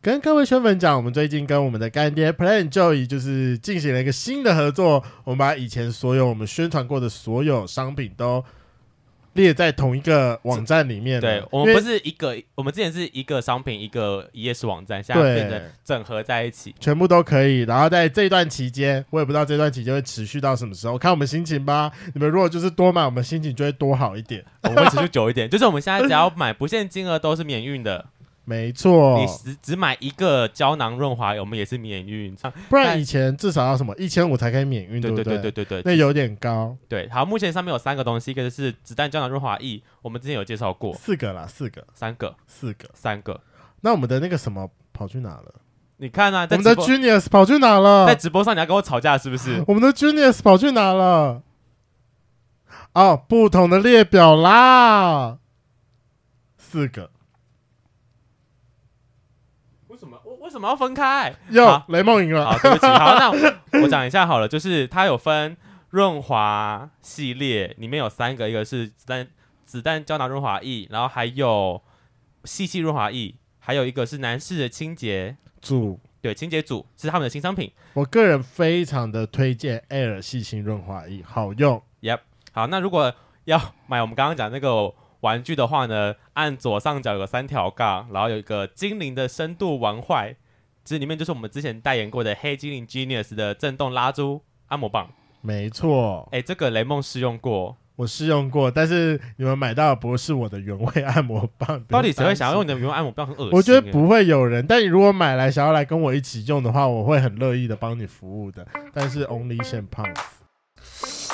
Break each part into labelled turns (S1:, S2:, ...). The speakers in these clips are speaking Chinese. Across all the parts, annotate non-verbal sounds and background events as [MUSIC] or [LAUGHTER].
S1: 跟各位圈粉讲，我们最近跟我们的干爹 Plan Joy 就是进行了一个新的合作，我们把以前所有我们宣传过的所有商品都列在同一个网站里面了。
S2: 对，我
S1: 啊因为
S2: 们不是一个，我们之前是一个商品一个一页式网站，现在
S1: 对
S2: 变成整合在一起。
S1: 全部都可以。然后在这段期间，我也不知道这段期间会持续到什么时候，看我们心情吧。你们如果就是多买，我们心情就会多好一点。
S2: 我们持续
S1: [LAUGHS]
S2: 久一点，就是我们现在只要买不限金额都是免运的，
S1: 没错
S2: 你，只只买一个胶囊润滑，我们也是免运。
S1: 不然
S2: 但
S1: 以前至少要什么一千五才可以免运，
S2: 对
S1: 不
S2: 对对对对对
S1: 那有点高，
S2: 对。好，目前上面有三个东西，一个就是子弹胶囊润滑液，我们之前有介绍过，
S1: 四个啦，四个，
S2: 三个，
S1: 四个。
S2: 三个。
S1: 那我们的那个什么跑去哪了？
S2: 你看啊，
S1: 我
S2: [LAUGHS] 在
S1: 们啊的
S2: 直播
S1: Genius 跑去哪了
S2: 在？直播上你要跟我吵架是不
S1: [LAUGHS]
S2: 是？
S1: 我们的 Genius 跑去哪了？哦，不同的列表啦，四个。
S2: 为什么我为什么要分开？
S1: 哟
S2: 好，
S1: 雷梦 [LAUGHS] 赢了，
S2: 好，对不起，好，那我我讲一下好了，就是它有分润滑系列，里面有三个，一个是子弹子弹胶囊润滑液，然后还有细细润滑液，还有一个是男士的清洁，
S1: 主。
S2: 对，清洁组是他们的新商品。
S1: 我个人非常的推荐 Air 细心润滑液，好用。
S2: 好，那如果要买我们刚刚讲那个玩具的话呢，按左上角有个三条杠，然后有一个精灵的深度玩坏，这里面就是我们之前代言过的黑精灵 Genius 的震动拉珠按摩棒。
S1: 没错，
S2: 哎，这个雷梦试用过，
S1: 我试用过，但是你们买到的不是我的原味按摩棒。
S2: 到底
S1: 不
S2: 谁会
S1: 用担心
S2: 想要用你的迷幻按摩棒？很恶心
S1: 嗯
S2: 欸。
S1: 我觉得不会有人，但你如果买来想要来跟我一起用的话，我会很乐意的帮你服务的。但是 Only 限胖子。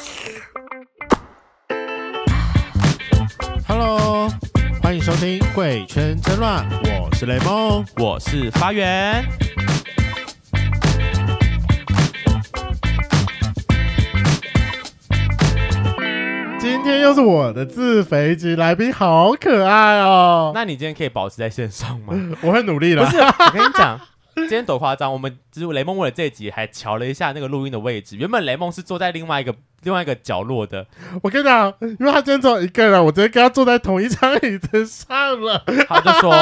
S1: Hello，欢迎收听《贵圈争乱》，我是雷梦。
S2: 我是发源。
S1: 今天又是我的自肥级来宾，好可爱哦！
S2: 那你今天可以保持在线上
S1: [LAUGHS]
S2: 吗？
S1: 我会努力
S2: 不
S1: 的。
S2: 是，我跟你讲，今天多夸张！我们就是雷梦为了这一集还瞧了一下那个录音的位置，原本雷梦是坐在另外一个另外一个角落的，
S1: 我跟你讲，因为他今天只有一个人，我直接跟他坐在同一张椅子上了。
S2: 他就
S1: [LAUGHS]
S2: 说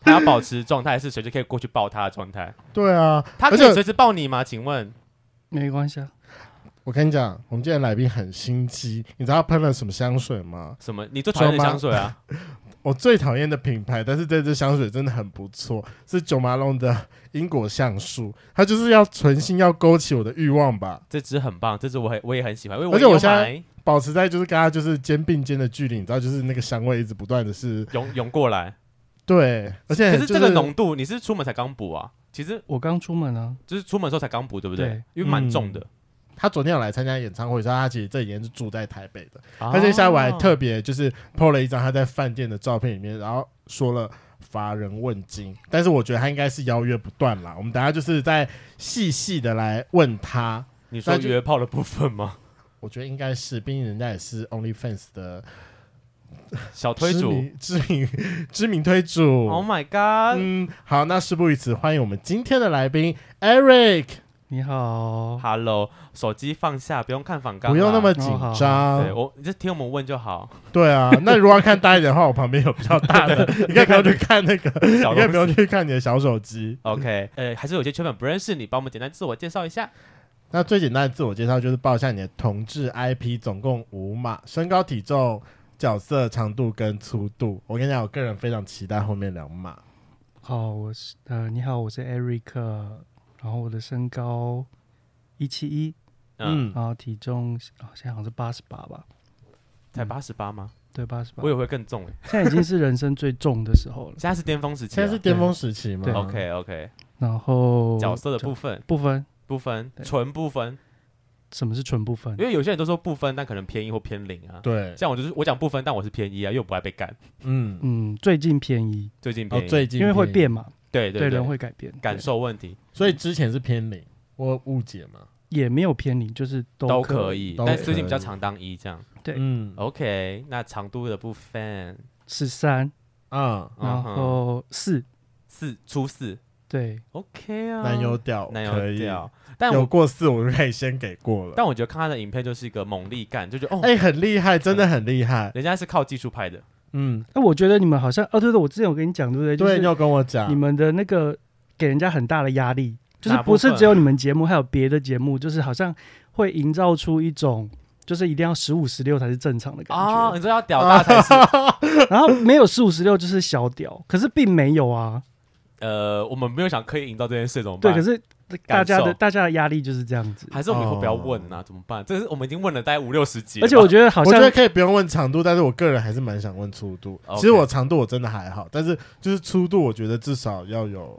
S2: 他要保持状态，是随时可以过去抱他的状态。
S1: 对啊，
S2: 他
S1: 而
S2: 可以
S1: 且
S2: 随时抱你吗？请问
S3: 没关系啊，
S1: 我跟你讲，我们今天的来宾很心机，你知道他喷了什么香水吗？
S2: 什么？你最讨厌的香水啊？
S1: 我最讨厌的品牌，但是这支香水真的很不错，是九马龙的英国橡树，它就是要存心要勾起我的欲望吧，
S2: 这支很棒，这支我很我也很喜欢，因为
S1: 而且我
S2: 我
S1: 现在
S2: 在
S1: 保持在就是跟它就是肩并肩的距离，你知道，就是那个香味一直不断的是
S2: 涌涌过来，
S1: 对，而且、
S2: 可
S1: 就是
S2: 这个浓度，你是出门才刚补啊？其实
S3: 我刚出门啊，
S2: 就是出门的时候才刚补，对不对？
S3: 对
S2: 因为蛮重
S1: 嗯
S2: 的。
S1: 他昨天有来参加演唱会，所以他其实这几天是住在台北的。
S2: 而
S1: 他这下我还
S2: 哦
S1: 特别就是 PO 了一张他在饭店的照片里面，然后说了乏人问津，但是我觉得他应该是邀约不断啦。我们等下就是再细细的来问他，
S2: 你说
S1: 那就
S2: 约炮的部分吗？
S1: 我觉得应该是，毕竟人家也是 OnlyFans 的
S2: 小推
S1: 知
S2: 主
S1: 名知名知名推主。
S2: ，Oh my god！、
S1: 嗯，好，那事不宜迟，欢迎我们今天的来宾 Eric，
S3: 你好，
S2: h e l l o 手机放下，不用看反刚啦，
S1: 不用那么紧
S3: 哦
S1: 张。
S2: 对我，你就听我们问
S1: [LAUGHS]
S2: 就好。
S1: 对
S2: [LAUGHS]
S1: 啊，那如果要看大一点的话，我旁边有比较大的，你可以不用去看那个，
S2: 小
S1: 你可以
S2: 东
S1: 不用
S2: 西
S1: 去看你的小手机。
S2: OK，呃，还是有些圈粉不认识你，帮我们简单自我介绍一下。
S1: 那最简单的自我介绍就是报一下你的同志 IP，总共五码，身高、体重、角色、长度跟粗度。我跟你讲，我个人非常期待后面两码。
S3: 好，我是呃，你好，我是 Eric，然后我的身高一七一，
S1: 嗯，
S2: 嗯，
S3: 然后体重啊、现在好像是八十八吧，
S2: 才八十八吗？
S3: 对，八十
S1: 嗯
S3: 八
S2: 我，也会更重哎，
S3: 现在已经是人生最重的时候了。
S2: 现在是巅峰时期
S1: 现
S2: 啊。
S1: 在是巅峰时期嘛
S3: 对
S2: OK OK，
S3: 然后
S2: 角色的部
S1: 哦
S2: 分
S3: 不分，
S2: 不分，
S3: 对
S2: 纯不分，
S3: 什么是纯不分
S2: 因？为有些人都说不分，但可能偏一或偏零啊。
S1: 对，
S2: 像我就是我讲不分，但我是偏一啊，因为我不爱被干。
S1: 嗯，
S3: 嗯，最近便宜，
S2: 最近
S1: 哦
S2: 偏，一，
S1: 最近
S3: 因为会
S1: 偏，
S3: 变嘛，
S2: 对对
S3: 人会改变，
S2: 感
S3: 对
S2: 受问题
S1: 所以之前是偏零，我误解嘛。
S3: 也没有偏离，就是
S2: 都
S3: 都
S2: 可
S3: 以。
S2: 以，
S1: 都
S2: 但
S1: 可
S2: 最近比较
S1: 以
S2: 常当一这样。
S3: 对
S1: 嗯
S2: OK，那长度的部分，
S3: 十三，
S1: 啊，
S3: 然
S2: 嗯哼
S3: 后四，
S2: 四初四
S3: 对，
S2: ，OK
S3: 嗯
S2: 啊，
S1: 男友屌，
S2: 男
S1: 可
S2: 友
S1: 以，
S2: 掉，但
S1: 有
S2: 我
S1: 过四我就可以先给过
S3: 哦
S1: 了。
S2: 但我觉得看他的影片就是一个猛力干，就觉得哦，
S1: 哎、很厉害，真的很厉害。
S2: 人家是靠技术派的，
S1: 嗯，
S3: 那我觉得你们好像，哦，对对，我之前有跟你讲，对不对？就
S1: 对，
S3: 是
S1: 你有跟我讲
S3: 你，们的那个给人家很大的压力，就是
S2: 啊哪部
S3: 不是
S2: 分
S3: 只有你们节目，还有别的节目，就是好像会营造出一种就是一定要十五十六才是正常的感
S2: 哦，
S3: 觉，
S2: 你说要屌
S1: 啊
S2: 大才
S1: [LAUGHS]
S2: 是？
S3: 然后没有十五十六就是小屌，可是并没有啊，
S2: 呃，我们没有想刻意营造这件事，怎么办？
S3: 对，可是大
S2: 感
S3: 家
S2: 受
S3: 的大家的压力就是这样子，
S2: 还是我们以后不要问呐、怎么办？这是我们已经问了大概五六十集了吧，
S3: 而且我觉得好
S1: 哦我
S3: 像
S1: 觉得可以不用问长度，但是我个人还是蛮想问粗度。
S2: 哦 OK
S1: 其实我长度我真的还好，但是就是粗度，我觉得至少要有。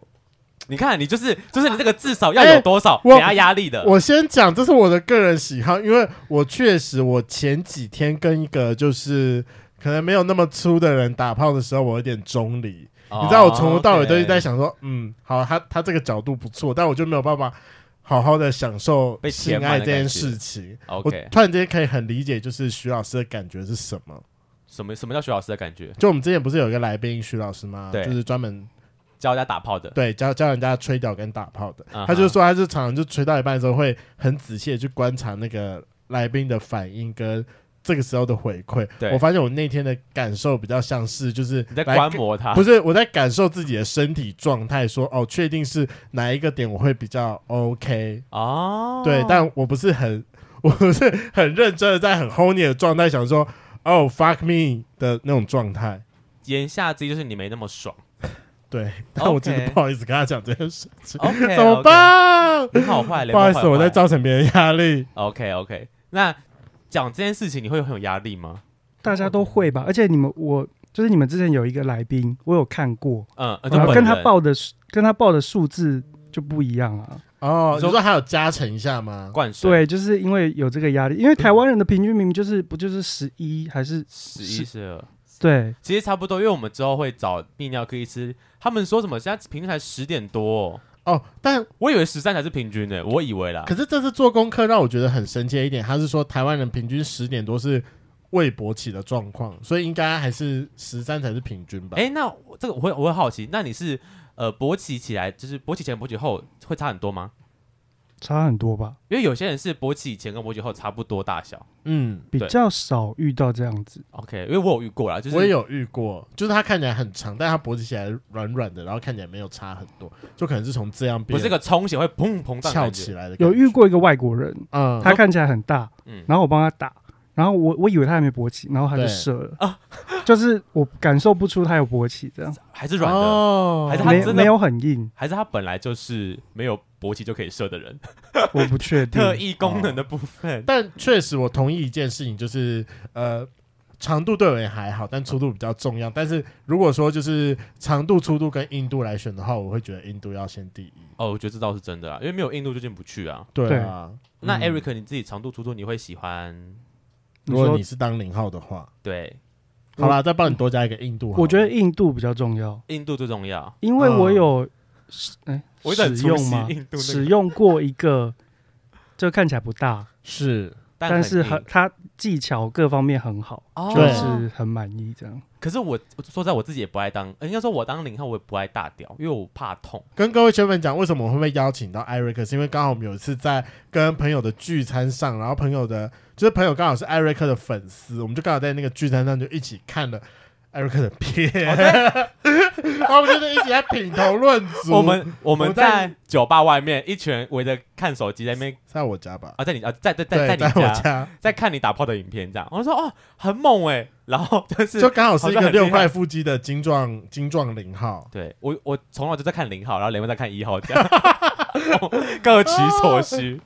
S2: 你看你就是就是你这个至少要有多少
S1: 哎我
S2: 给他压力的，
S1: 我先讲，这是我的个人喜好，因为我确实我前几天跟一个就是可能没有那么粗的人打炮的时候，我有点中离。
S2: 哦
S1: 你知道我从头到尾都一直在
S2: 想，
S1: 想说，嗯，好，他他这个角度不错，但我就没有办法好好的享受
S2: 被
S1: 性
S2: 填
S1: 爱
S2: 满
S1: 这
S2: 的
S1: 件
S2: 感觉
S1: 事情。我
S2: OK，
S1: 突然之间可以很理解，就是徐老师的感觉是什么。
S2: 什么什么叫徐老师的感觉？
S1: 就我们之前不是有一个来宾徐老师吗？
S2: 对
S1: 就是专门
S2: 教人家打炮的，
S1: 对教教人家吹屌跟打炮的。
S2: 嗯哼
S1: 他就说，他是常常就吹到一半的时候，会很仔细的去观察那个来宾的反应跟这个时候的回馈。
S2: 对
S1: 我发现我那天的感受比较像是，就是
S2: 你在
S1: 来
S2: 观摩啊他，
S1: 不是我在感受自己的身体状态，说哦，确定是哪一个点我会比较 OK，、
S2: 哦，
S1: 对，但我不是很， [LAUGHS] 我不是很认真的在很 h o n y 的状态，想说哦 fuck me 的那种状态，
S2: 言下之意就是你没那么爽。 [LAUGHS]
S1: 对，但我真的
S2: OK 哎
S1: 不好意思跟他讲这件
S2: [LAUGHS]
S1: 事情
S2: OK，
S1: [LAUGHS] 怎么？办？
S2: 你好坏，
S1: [LAUGHS] 不好意思，我在造成别人压力。
S2: OK OK，那讲这件事情你会很有压力吗？
S3: 大家都会吧，而且你们我就是你们之前有一个来宾，我有看过，
S2: 嗯，呃就
S3: 然后
S2: 本
S3: 跟他
S2: 人
S3: 报的数跟他报的数字就不一样啊。
S1: 哦，
S2: 你
S1: 你
S2: 说
S1: 说还有加成一下吗？
S2: 灌水，
S3: 对，就是因为有这个压力，因为台湾人的平均明明就是不就是十一还是
S2: 十一十二，
S3: 对，
S2: 其实差不多，因为我们之后会找泌尿科医师，他们说什么现在平均才十点多、哦，
S1: 哦，但
S2: 我以为十三才是平均的，我以为啦
S1: 可。是这次做功课让我觉得很神奇的一点，他是说台湾人平均十点多是未勃起的状况，所以应该还是十三才是平均吧？
S2: 哎、那我这个我会我会好奇，那你是呃勃起起来，就是勃起前勃起后会差很多吗？
S3: 差很多吧，
S2: 因为有些人是勃起前跟勃起后差不多大小。
S1: 嗯，
S3: 比
S2: 对
S3: 较少遇到这样子。
S2: OK，因为我有遇过啦，就是
S1: 我也有遇过，就是他看起来很长，但他勃起起来软软的，然后看起来没有差很多，就可能是从这样
S2: 不
S1: 变
S2: 是个充血会砰膨胀的
S1: 翘
S2: 感觉
S1: 起来的感觉。
S3: 有遇过一个外国人，
S1: 嗯，
S3: 他看起来很大，
S2: 嗯
S3: 然后我帮他打，然后我我以为他还没勃起，然后他就
S1: 对
S3: 射了，
S2: 啊
S3: 就是我感受不出他有勃起这样，
S2: 还是软的，
S1: 哦
S2: 还是他
S3: 没
S2: 真的
S3: 没有很硬，
S2: 还是他本来就是没有勃起就可以射的人，
S3: 我不确定。
S2: 特异功能的部分。
S1: 但确实我同意一件事情，就是呃。长度对我也还好，但粗度比较重要。但是如果说就是长度、粗度跟硬度来选的话，我会觉得硬度要先第一。
S2: 哦，我觉得这倒是真的啦，因为没有硬度就进不去啊。
S1: 对啊，
S2: 那
S1: 嗯
S2: Eric 你自己长度出度你会喜欢？
S1: 如果
S3: 说
S1: 你是当零号的话，
S2: 对，
S1: 好啦，再帮你多加一个硬度好了。
S3: 我觉得硬度比较重要，
S2: 硬度最重要。
S3: 因为我
S1: 嗯
S3: 有使哎、
S2: 我有点
S3: 使
S2: 出
S3: 用
S2: 戏
S3: 嘛
S2: 印度，那个
S3: 使用过一个，这看起来不大，
S1: 是
S3: 但是
S2: 很
S3: 很他技巧各方面很好，
S2: 哦
S1: 对
S3: 就是很满意这样。
S2: 可是我我说实在我自己也不爱当，呃应该说我当零号我也不爱大屌，因为我怕痛。
S1: 跟各位圈粉讲，为什么我会被邀请到艾瑞克，是因为刚好我们有一次在跟朋友的聚餐上，然后朋友的，就是朋友刚好是艾瑞克的粉丝，我们就刚好在那个聚餐上就一起看了。艾瑞克的片， [LAUGHS] 然后我们就是一起在品头论足。
S2: 哦我们我
S1: 我
S2: 们
S1: 在
S2: 在酒吧外面一群人围着看手机在那边
S1: 在我家吧，
S2: 啊，在你啊在在
S1: 对，
S2: 在在
S1: 在
S2: 你
S1: 我
S2: 家
S1: 家，
S2: 在看你打炮的影片这样，我就说哦很猛哎、然后就是
S1: 就刚好是一
S2: 好像
S1: 个
S2: 很厉害
S1: 六块腹肌的精壮精壮零号。
S2: 对我我从小就在看零号，然后雷文在看一号这样， [LAUGHS] 各取所需。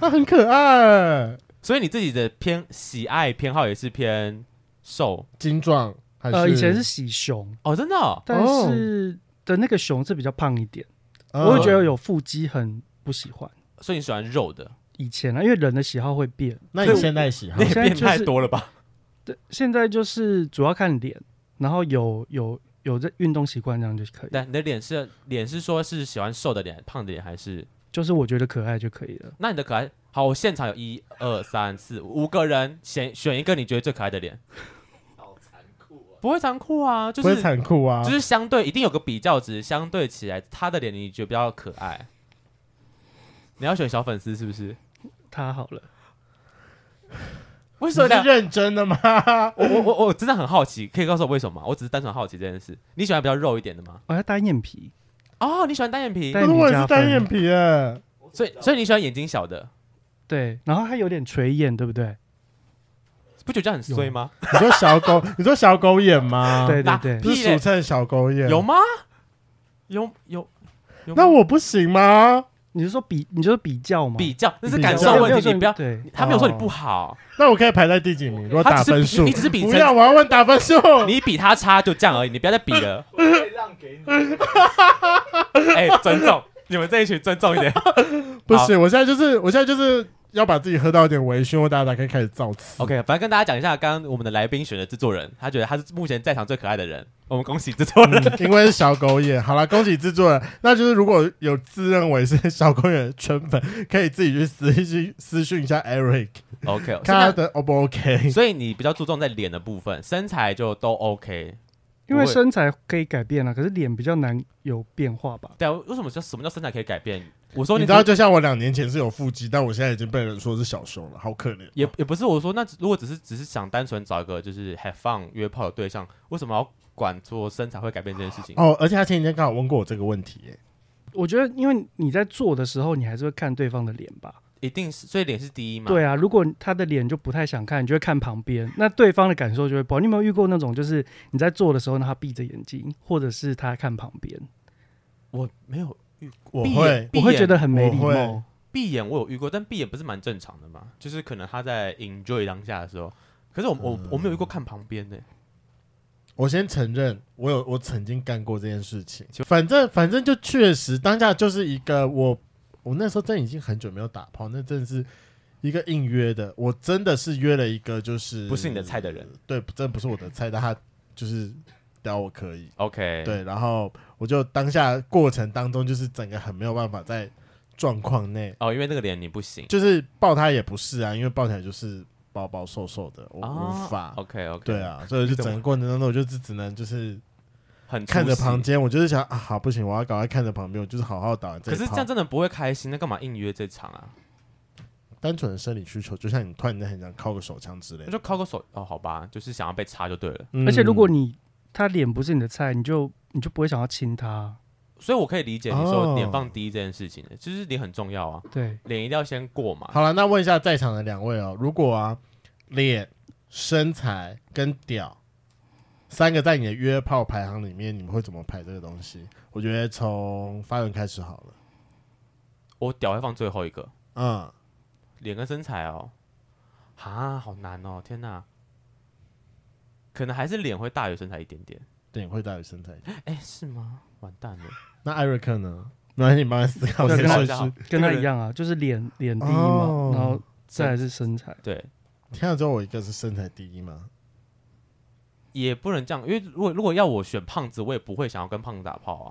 S1: 他很可爱，
S2: 所以你自己的偏喜爱偏好也是偏瘦
S1: 精壮还是
S3: 呃，以前是喜熊，
S2: 哦，真的哦、
S3: 但
S1: 哦
S3: 是的那个熊是比较胖一点，
S1: 嗯
S3: 我会觉得有腹肌很不喜欢。
S2: 所以你喜欢肉的，
S3: 以前啊，因为人的喜好会变，
S1: 那你现在喜好
S2: 那也
S3: 现在
S2: 变
S3: 就是
S2: 太多了吧？
S3: 对，现在就是主要看脸，然后有有有这运动习惯这样就可以，
S2: 但你的脸是脸是说是喜欢瘦的脸、胖的脸，还是
S3: 就是我觉得可爱就可以了。
S2: 那你的可爱？好，我现场有一二三四五个人，选选一个你觉得最可爱的脸。好残酷啊！不
S1: 不
S2: 会残酷啊，就
S1: 会
S2: 是
S1: 残酷啊
S2: 就？是相对一定有个比较值，相对起来他的脸你觉得比较可爱。你要选小粉丝是不是？
S3: 他好了，
S2: 为
S1: 你
S2: 什么
S1: 是
S2: 呢？
S1: 认真的吗？
S2: 我我我我真的很好奇，可以告诉我为什么吗？我只是单纯好奇这件事。你喜欢比较肉一点的吗？
S3: 我、哦、要单眼皮，
S2: 哦，你喜欢单眼皮，
S3: 单眼
S1: 可
S3: 皮
S1: 是我也
S3: 加
S1: 是
S3: 分
S1: 单眼皮哎，
S2: 所以所以你喜欢眼睛小的，
S3: 对，然后它有点垂眼，对不对？
S2: 不觉得这样很衰吗？
S1: 你说小狗，你说小狗眼吗？
S3: 对
S2: 啊那
S3: 对对，
S1: 是俗称小狗眼。
S2: 有吗？有有有吗
S1: 那我不行吗？
S3: 你是说比，你就是比较嘛？
S2: 比较那哦是
S1: 比
S2: 感
S1: 较
S2: 受
S3: 没有
S2: 问
S3: 没有
S2: 题，
S3: 说
S2: 你不要，
S3: 对，
S2: 他没有说你不好，
S1: 那我可以排在第几名？如果打
S2: 他只
S1: 分
S2: 是
S1: 数
S2: 比，你只是比
S1: 不
S2: 成
S1: 要，我要问打分数。
S2: 你比他差就这样而已，你不要再比了。
S4: 我可以让给你，
S2: [LAUGHS] 哎，尊重你们这一群，尊重一点。
S1: 不行，我现在就是，我现在就是要把自己喝到一点微醺，我大家才可以开始造
S2: [LAUGHS]
S1: 次。
S2: OK，反正跟大家讲一下，刚刚我们的来宾选的制作人，他觉得他是目前在场最可爱的人，我们恭喜制作人。
S1: 嗯因为是小狗眼，好了，恭喜制作人。那就是如果有自认为是小狗眼的圈粉，可以自己去私信私讯一下 Eric，
S2: OK，
S1: [LAUGHS] 看他
S2: 那
S1: 的 O 不 OK。
S2: 所以你比较注重在脸的部分，身材就都 OK。
S3: 因为
S2: 不会
S3: 身材可以改变了、啊可是脸比较难有变化吧？
S2: 对啊，为什么叫什么叫身材可以改变？我说
S1: 你
S2: 你
S1: 知道，就像我两年前是有腹肌，但我现在已经被人说是小胸了，好可怜。哦
S2: 也也不是我说，那如果只是只是想单纯找一个就是 have fun 约炮的对象，为什么要管说身材会改变这件事情？
S1: 哦，而且他前几天刚好问过我这个问题耶、
S3: 我觉得，因为你在做的时候，你还是会看对方的脸吧？
S2: 一定是，所以脸是第一嘛？
S3: 对啊，如果他的脸就不太想看，你就会看旁边，那对方的感受就会不哦好。你有没有遇过那种，就是你在做的时候，呢，他闭着眼睛，或者是他看旁边，
S2: 我没有
S1: 我
S2: 闭
S1: 会
S2: 眼，闭
S3: 我会
S2: 眼
S3: 觉得很没礼
S1: 我
S3: 貌
S1: 会。
S2: 闭眼，我有遇过，但闭眼不是蛮正常的嘛？就是可能他在 enjoy 当下的时候，可是我我我没有遇过看旁边的、
S1: 我先承认，我有我曾经干过这件事情。反正反正就确实当下就是一个我我那时候真的已经很久没有打炮，那真的是一个硬约的。我真的是约了一个就是
S2: 不是你的菜的人，
S1: 对，真不是我的菜，但他就是屌我可以。
S2: OK，，
S1: 对，然后我就当下过程当中就是整个很没有办法在状况内，
S2: 哦，因为那个脸你不行，
S1: 就是抱他也不是啊，因为抱起来就是包包瘦瘦的，我
S2: 哦
S1: 无法。
S2: OK OK，
S1: 对，啊，所以就整个过程当中，我就只只能就是
S2: 很出
S1: 看着
S2: 戏
S1: 旁。边，我就是想啊，好不行，我要赶快看着旁边，我就是好好打完这
S2: 可
S1: 一
S2: 是这
S1: 炮
S2: 样真的不会开心，那干嘛硬约这场啊？
S1: 单纯的生理需求，就像你突然间很想靠个手枪之类
S2: 那
S1: 的。
S2: 就靠个手哦，好吧，就是想要被插就对了。
S1: 嗯
S3: 而且如果你他脸不是你的菜，你就你就不会想要亲他。
S2: 所以我可以理解你说
S1: 哦
S2: 脸放低这件事情，就是脸很重要啊，
S3: 对，
S2: 脸一定要先过嘛。
S1: 好了，那问一下在场的两位哦，如果啊，脸、身材跟屌三个在你的约炮排行里面，你们会怎么排这个东西？我觉得从发源开始好了。
S2: 我屌会放最后一个，
S1: 嗯，
S2: 脸跟身材哦，啊，好难哦，天哪，可能还是脸会大于身材一点点。
S1: 脸会大于身材。
S2: 哎，是吗？完蛋了，
S1: 那艾瑞克呢？没关系，你慢慢思考
S3: 对
S1: 这个
S3: 跟
S1: 顺
S2: 他
S1: 序。
S3: 跟他一样啊，就是脸脸第一嘛，
S1: 哦
S3: 然后再来是身材。
S2: 对，
S1: 听到之啊后，我一个是身材第一嘛，
S2: 也不能这样，因为如果如果要我选胖子，我也不会想要跟胖子打炮啊。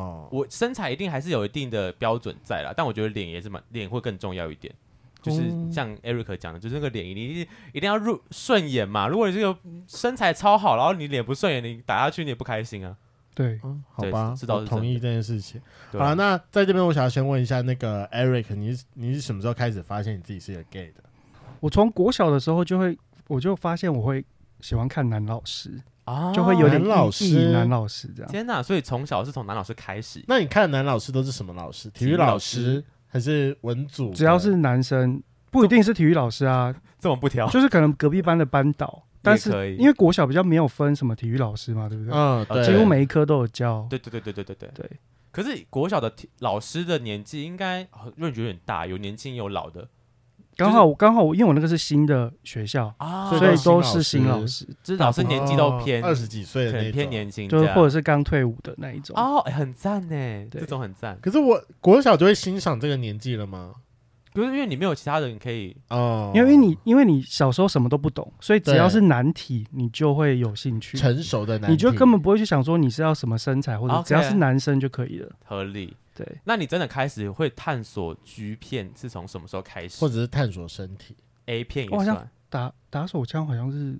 S1: 哦，
S2: 我身材一定还是有一定的标准在啦，但我觉得脸也是蛮脸会更重要一点。就是
S3: 哦
S2: 像 Eric 讲的，就是那个脸一定一定要入顺眼嘛。如果你这个身材超好，然后你脸不顺眼，你打下去你也不开心啊。
S3: 对，
S1: 嗯，好
S2: 对
S1: 吧
S2: 知，道
S1: 我
S2: 是
S1: 同
S2: 真
S1: 意
S2: 的
S1: 这件事情。
S2: 对
S1: 好、啊，那在这边我想要先问一下那个 Eric，你是你是什么时候开始发现你自己是个 gay 的？
S3: 我从国小的时候就会，我就发现我会喜欢看男老师，
S2: 啊
S3: 就会有点
S1: 男老
S3: 意淫
S1: 师
S3: 男老师这样。
S2: 天哪！所以从小是从男老师开始，
S1: 那你看男老师都是什么老师？体育老师还是文组的？
S3: 只要是男生，不一定是体育老师啊，
S2: 这么不挑，
S3: 就是可能隔壁班的班导。但是
S2: 哦可以
S3: 因为国小比较没有分什么体育老师嘛，对不对？
S2: 哦
S1: 嗯，对，
S3: 几乎每一科都有教。
S2: 对对对对对对对
S3: 对。
S2: 可是国小的体老师的年纪应该哦认觉有点大，有年轻有老的
S3: 刚好我刚好我因为我那个是新的学校，
S2: 啊
S1: 所
S3: 所以
S1: 以
S3: 都
S1: 都
S3: 是
S1: 是
S3: 新
S1: 新
S3: 老
S1: 老
S3: 师，
S2: 就是老师年纪都偏
S1: 哦二十几岁
S2: 可
S1: 的那
S2: 能
S1: 种
S2: 偏。年轻这
S3: 就
S2: 样，
S3: 是或者是刚退伍的那一种。
S2: 哦，哎很赞呢，
S3: 对
S2: 这种很赞。
S1: 可是我国小就会欣赏这个年纪了吗？
S2: 可是因为你没有其他人可以
S1: 哦，
S3: 因为你因为你小时候什么都不懂，所以只
S1: 对
S3: 要是难题，你就会有兴趣，
S1: 成熟的男，
S3: 你就根本不会去想说你是要什么身材，或者
S2: OK
S3: 只要是男生就可以了。
S2: 合理。
S3: 对，
S2: 那你真的开始会探索 G 片是从什么时候开始？
S1: 或者是探索身体。
S2: A 片
S3: 我
S2: 也
S3: 好像
S2: 算？
S3: 打打手枪好像是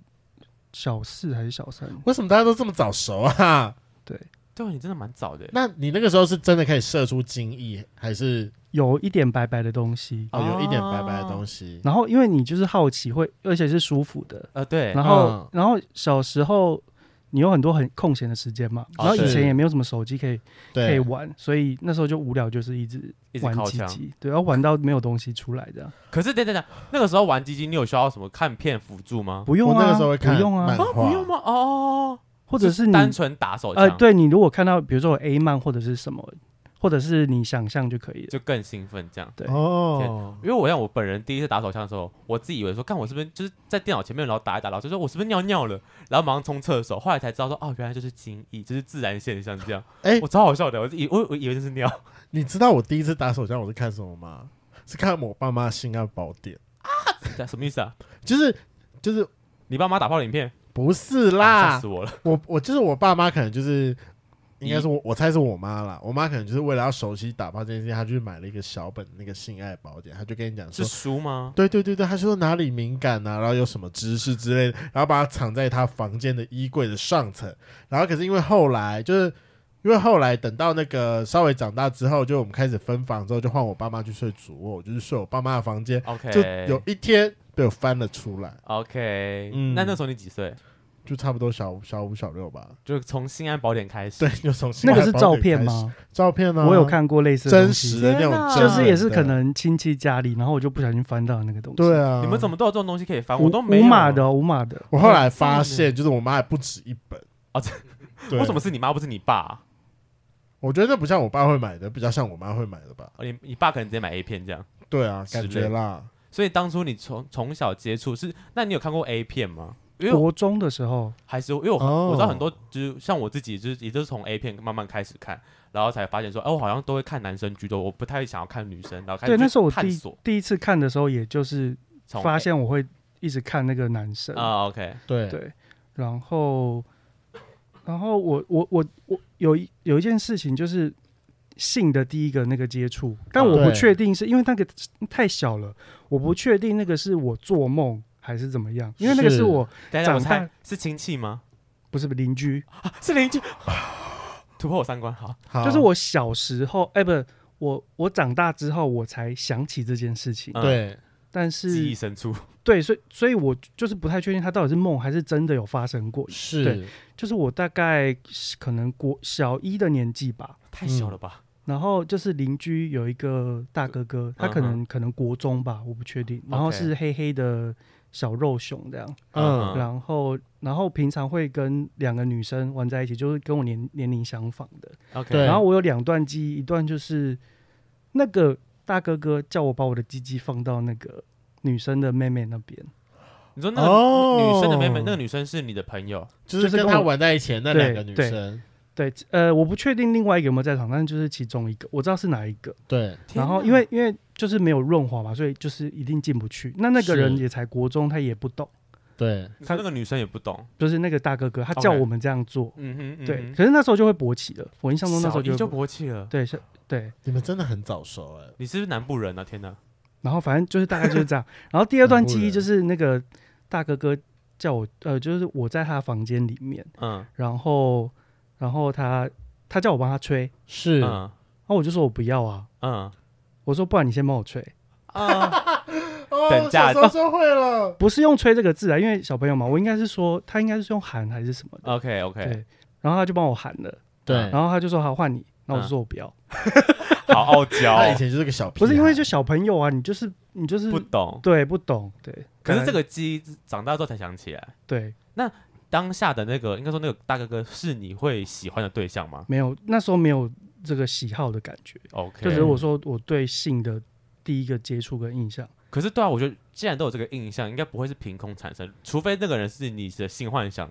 S3: 小四还是小三？
S1: 为什么大家都这么早熟啊？
S3: 对，
S2: 对，你真的蛮早的。
S1: 那你那个时候是真的可以射出精液，还是
S3: 有一点白白的东西，
S1: 哦有一点白白的
S2: 哦
S1: 东西？
S3: 然后因为你就是好奇会，而且是舒服的。
S2: 呃，对，
S3: 然后
S1: 嗯
S3: 然后小时候你有很多很空闲的时间嘛，
S2: 哦
S3: 然后以
S1: 是
S3: 前也没有什么手机可以可以
S1: 对，
S3: 玩，所以那时候就无聊，就是一直
S2: 一直
S3: 玩
S2: 靠
S3: 机
S2: 枪。
S3: 机，对，然后玩到没有东西出来的，
S2: 可是等等等，那个时候玩基金，你有需要什么看片辅助吗？
S3: 不用
S1: 我那
S3: 啊，
S1: 个时候会看
S3: 不用啊
S1: 漫，画，
S2: 不用吗？哦，
S3: 或者是你
S2: 单纯打手
S3: 呃，
S2: 枪，，
S3: 对你如果看到比如说有 A 漫或者是什么，或者是你想象就可以了，
S2: 就更兴奋这样。
S3: 对
S1: 哦，
S2: 因为我像我本人第一次打手枪的时候，我自己以为说，看我是不是就是在电脑前面，然后打一打，然后就说我是不是尿尿了，然后马上冲厕所。后来才知道说，哦，原来就是精液，就是自然现象这样。
S1: [LAUGHS] 哎
S2: 我超好笑的，我以我我以为就
S1: [LAUGHS]
S2: 是尿，
S1: 你知道我第一次打手枪我是看什么吗？是看我爸妈性爱宝典，
S2: 什么意思啊？
S1: 就是就是
S2: 你爸妈打炮的
S1: [LAUGHS]
S2: 影片，
S1: 不是
S2: 啊吓、
S1: 啦
S2: 死，我嗯了！
S1: 我我就是我爸妈可能就是。应该
S2: 你
S1: 是我，我猜是我妈啦。我妈可能就是为了要熟悉打炮这件事情，她就去买了一个小本那个性爱宝典，她就跟你讲说
S2: 是，书吗？
S1: 对对对对，他说哪里敏感啊，然后有什么知识之类的，然后把它藏在他房间的衣柜的上层。然后可是因为后来就是因为后来等到那个稍微长大之后，就我们开始分房之后，就换我爸妈去睡主卧，我就是睡我爸妈的房间，
S2: OK，
S1: 就有一天被我翻了出来，
S2: OK，、
S1: 嗯
S2: 那那时候你几岁？
S1: 就差不多小小五小六吧。
S2: 就从新安宝典开始。
S1: 对，就从新
S3: 那个
S1: 来
S3: 是
S1: 宝
S3: 照
S1: 典
S3: 片
S1: 开始？
S3: 吗？
S1: 照片呢、
S3: 我有，看过类似的
S1: 真
S3: 东西
S1: 实的那
S2: 天
S1: 种
S2: 哪
S1: 真人
S3: 就
S1: 的，
S3: 是也是可能亲戚家里，然后我就不小心翻到那个东西。
S1: 对啊，
S2: 你们怎么都有这种东西可以翻？
S3: 无，
S2: 啊我都没有。
S3: 无码的哦，无码的。
S1: 我后来发现，就是我妈也不止一本
S2: 哦这
S1: 对
S2: 为什么是你妈不是你爸啊、
S1: 我觉得那不像我爸会买的，比较像我妈会买的吧。
S2: 哦你你爸可能直接买 A 片这样。
S1: 对啊，
S2: 之
S1: 感觉
S2: 类
S1: 啦，
S2: 所以当初你从从小接触是，那你有看过 A 片吗？因为我
S3: 国中的时候，
S2: 还是因为我、
S1: 哦
S2: 我知道很多，就是像我自己，就是也就是从 A 片慢慢开始看，然后才发现说，哎、我好像都会看男生居多，我不太想要看女生，然后开始
S3: 对，那
S2: 去
S3: 是我
S2: 探
S3: 第
S2: 索，
S3: 第一次看的时候，也就是
S2: 从
S3: 发现我会一直看那个男生。
S2: 啊、o k
S1: 对
S3: 对，然后，然后我我我我有一有一件事情就是性的第一个那个接触，但
S2: 嗯
S3: 我不
S1: 哦对
S3: 确定是因为那个太小了，我不确定那个是我做梦还是怎么样，因为那个
S1: 是
S3: 是我
S2: 等一下我
S3: 长大
S2: 猜是亲戚吗？
S3: 不是邻居，
S2: 啊，是邻居，突破我三观，好，
S1: 好
S3: 就是我小时候，哎、不，我我长大之后我才想起这件事情，
S2: 嗯
S1: 对
S3: 但
S2: 记忆
S3: 是
S2: 深处，
S3: 对，所以所以我就是不太确定它到底是梦还是真的有发生过。
S1: 是
S3: 对就是我大概可能国小一的年纪吧，
S2: 太小了吧？
S3: 然后就是邻居有一个大哥哥，他可能、可能国中吧，我不确定，然后
S2: OK
S3: 是黑黑的小肉熊这样，
S1: 嗯
S3: 然后然后平常会跟两个女生玩在一起，就是跟我年年龄相仿的，
S2: OK，
S1: 对
S3: 然后我有两段记忆，一段就是那个大哥哥叫我把我的鸡鸡放到那个女生的妹妹那边，
S2: 你说那个
S1: 哦
S2: 女女生的妹妹，那个女生是你的朋友，
S1: 就是
S3: 就是
S1: 跟
S3: 跟
S1: 他
S3: 我
S1: 玩在一起的那
S3: 对
S1: 两个女
S3: 对
S1: 生，
S3: 对，呃，我不确定另外一个有没有在场，但是就是其中一个，我知道是哪一个。
S1: 对
S3: 然
S2: 天
S3: 后
S2: 哪
S3: 因为因为就是没有润滑嘛，所以就是一定进不去。那那个人
S1: 是
S3: 也才国中，他也不懂，
S1: 对
S2: 你说那个女生也不懂，
S3: 就是那个大哥哥他叫
S2: OK
S3: 我们这样做，
S2: 嗯哼，嗯哼
S3: 对。可是那时候就会勃起了，我印象中那时
S2: 小
S3: 候就
S2: 一
S3: 会
S2: 就
S3: 勃
S2: 勃起了，
S3: 对是，对。
S1: 你们真的很早熟哎、
S2: 你是不是南部人啊？天哪！
S3: 然后反正就是大概就是
S2: [LAUGHS]
S3: 这样。然后第二段记忆
S1: 很不忍
S3: 就是那个大哥哥叫我，呃，就是我在他房间里面，
S2: 嗯
S3: 然后然后他他叫我帮他吹，
S1: 是
S2: 嗯
S3: 然后我就说我不要啊，
S2: 嗯
S3: 我说不然你先帮我吹，
S2: 啊，
S1: 哦
S2: 等价
S1: 小时候就会
S3: [LAUGHS]
S1: 了，
S3: 不是用吹这个字啊，因为小朋友嘛，我应该是说他应该是用喊还是什么的，
S2: OK 哦 OK，嗯
S3: 对。然后他就帮我喊了，
S1: 对，
S3: 然后他就说好换你，那我就说我不要，
S2: 好傲
S3: [LAUGHS]
S2: 娇
S1: 他
S2: 哦
S1: 以，前就是个小屁
S3: 不
S1: 孩，
S3: 是因为就小朋友啊，你就是你就是
S2: 嗯
S3: 嗯
S2: 不懂。
S3: 对不懂对，
S2: 可是这
S3: 个
S2: 个记忆长大之后才想起来，
S3: 对
S2: 当下的那个应该说那个大哥哥是你会喜欢的对象吗
S3: 没有那时候没有这个喜好的感觉。
S2: ？OK，
S3: 就只是我说我对性的第一个接触跟印象，
S2: 可是对啊，我觉得既然都有这个印象，应该不会是凭空产生，除非那个人是你的性幻想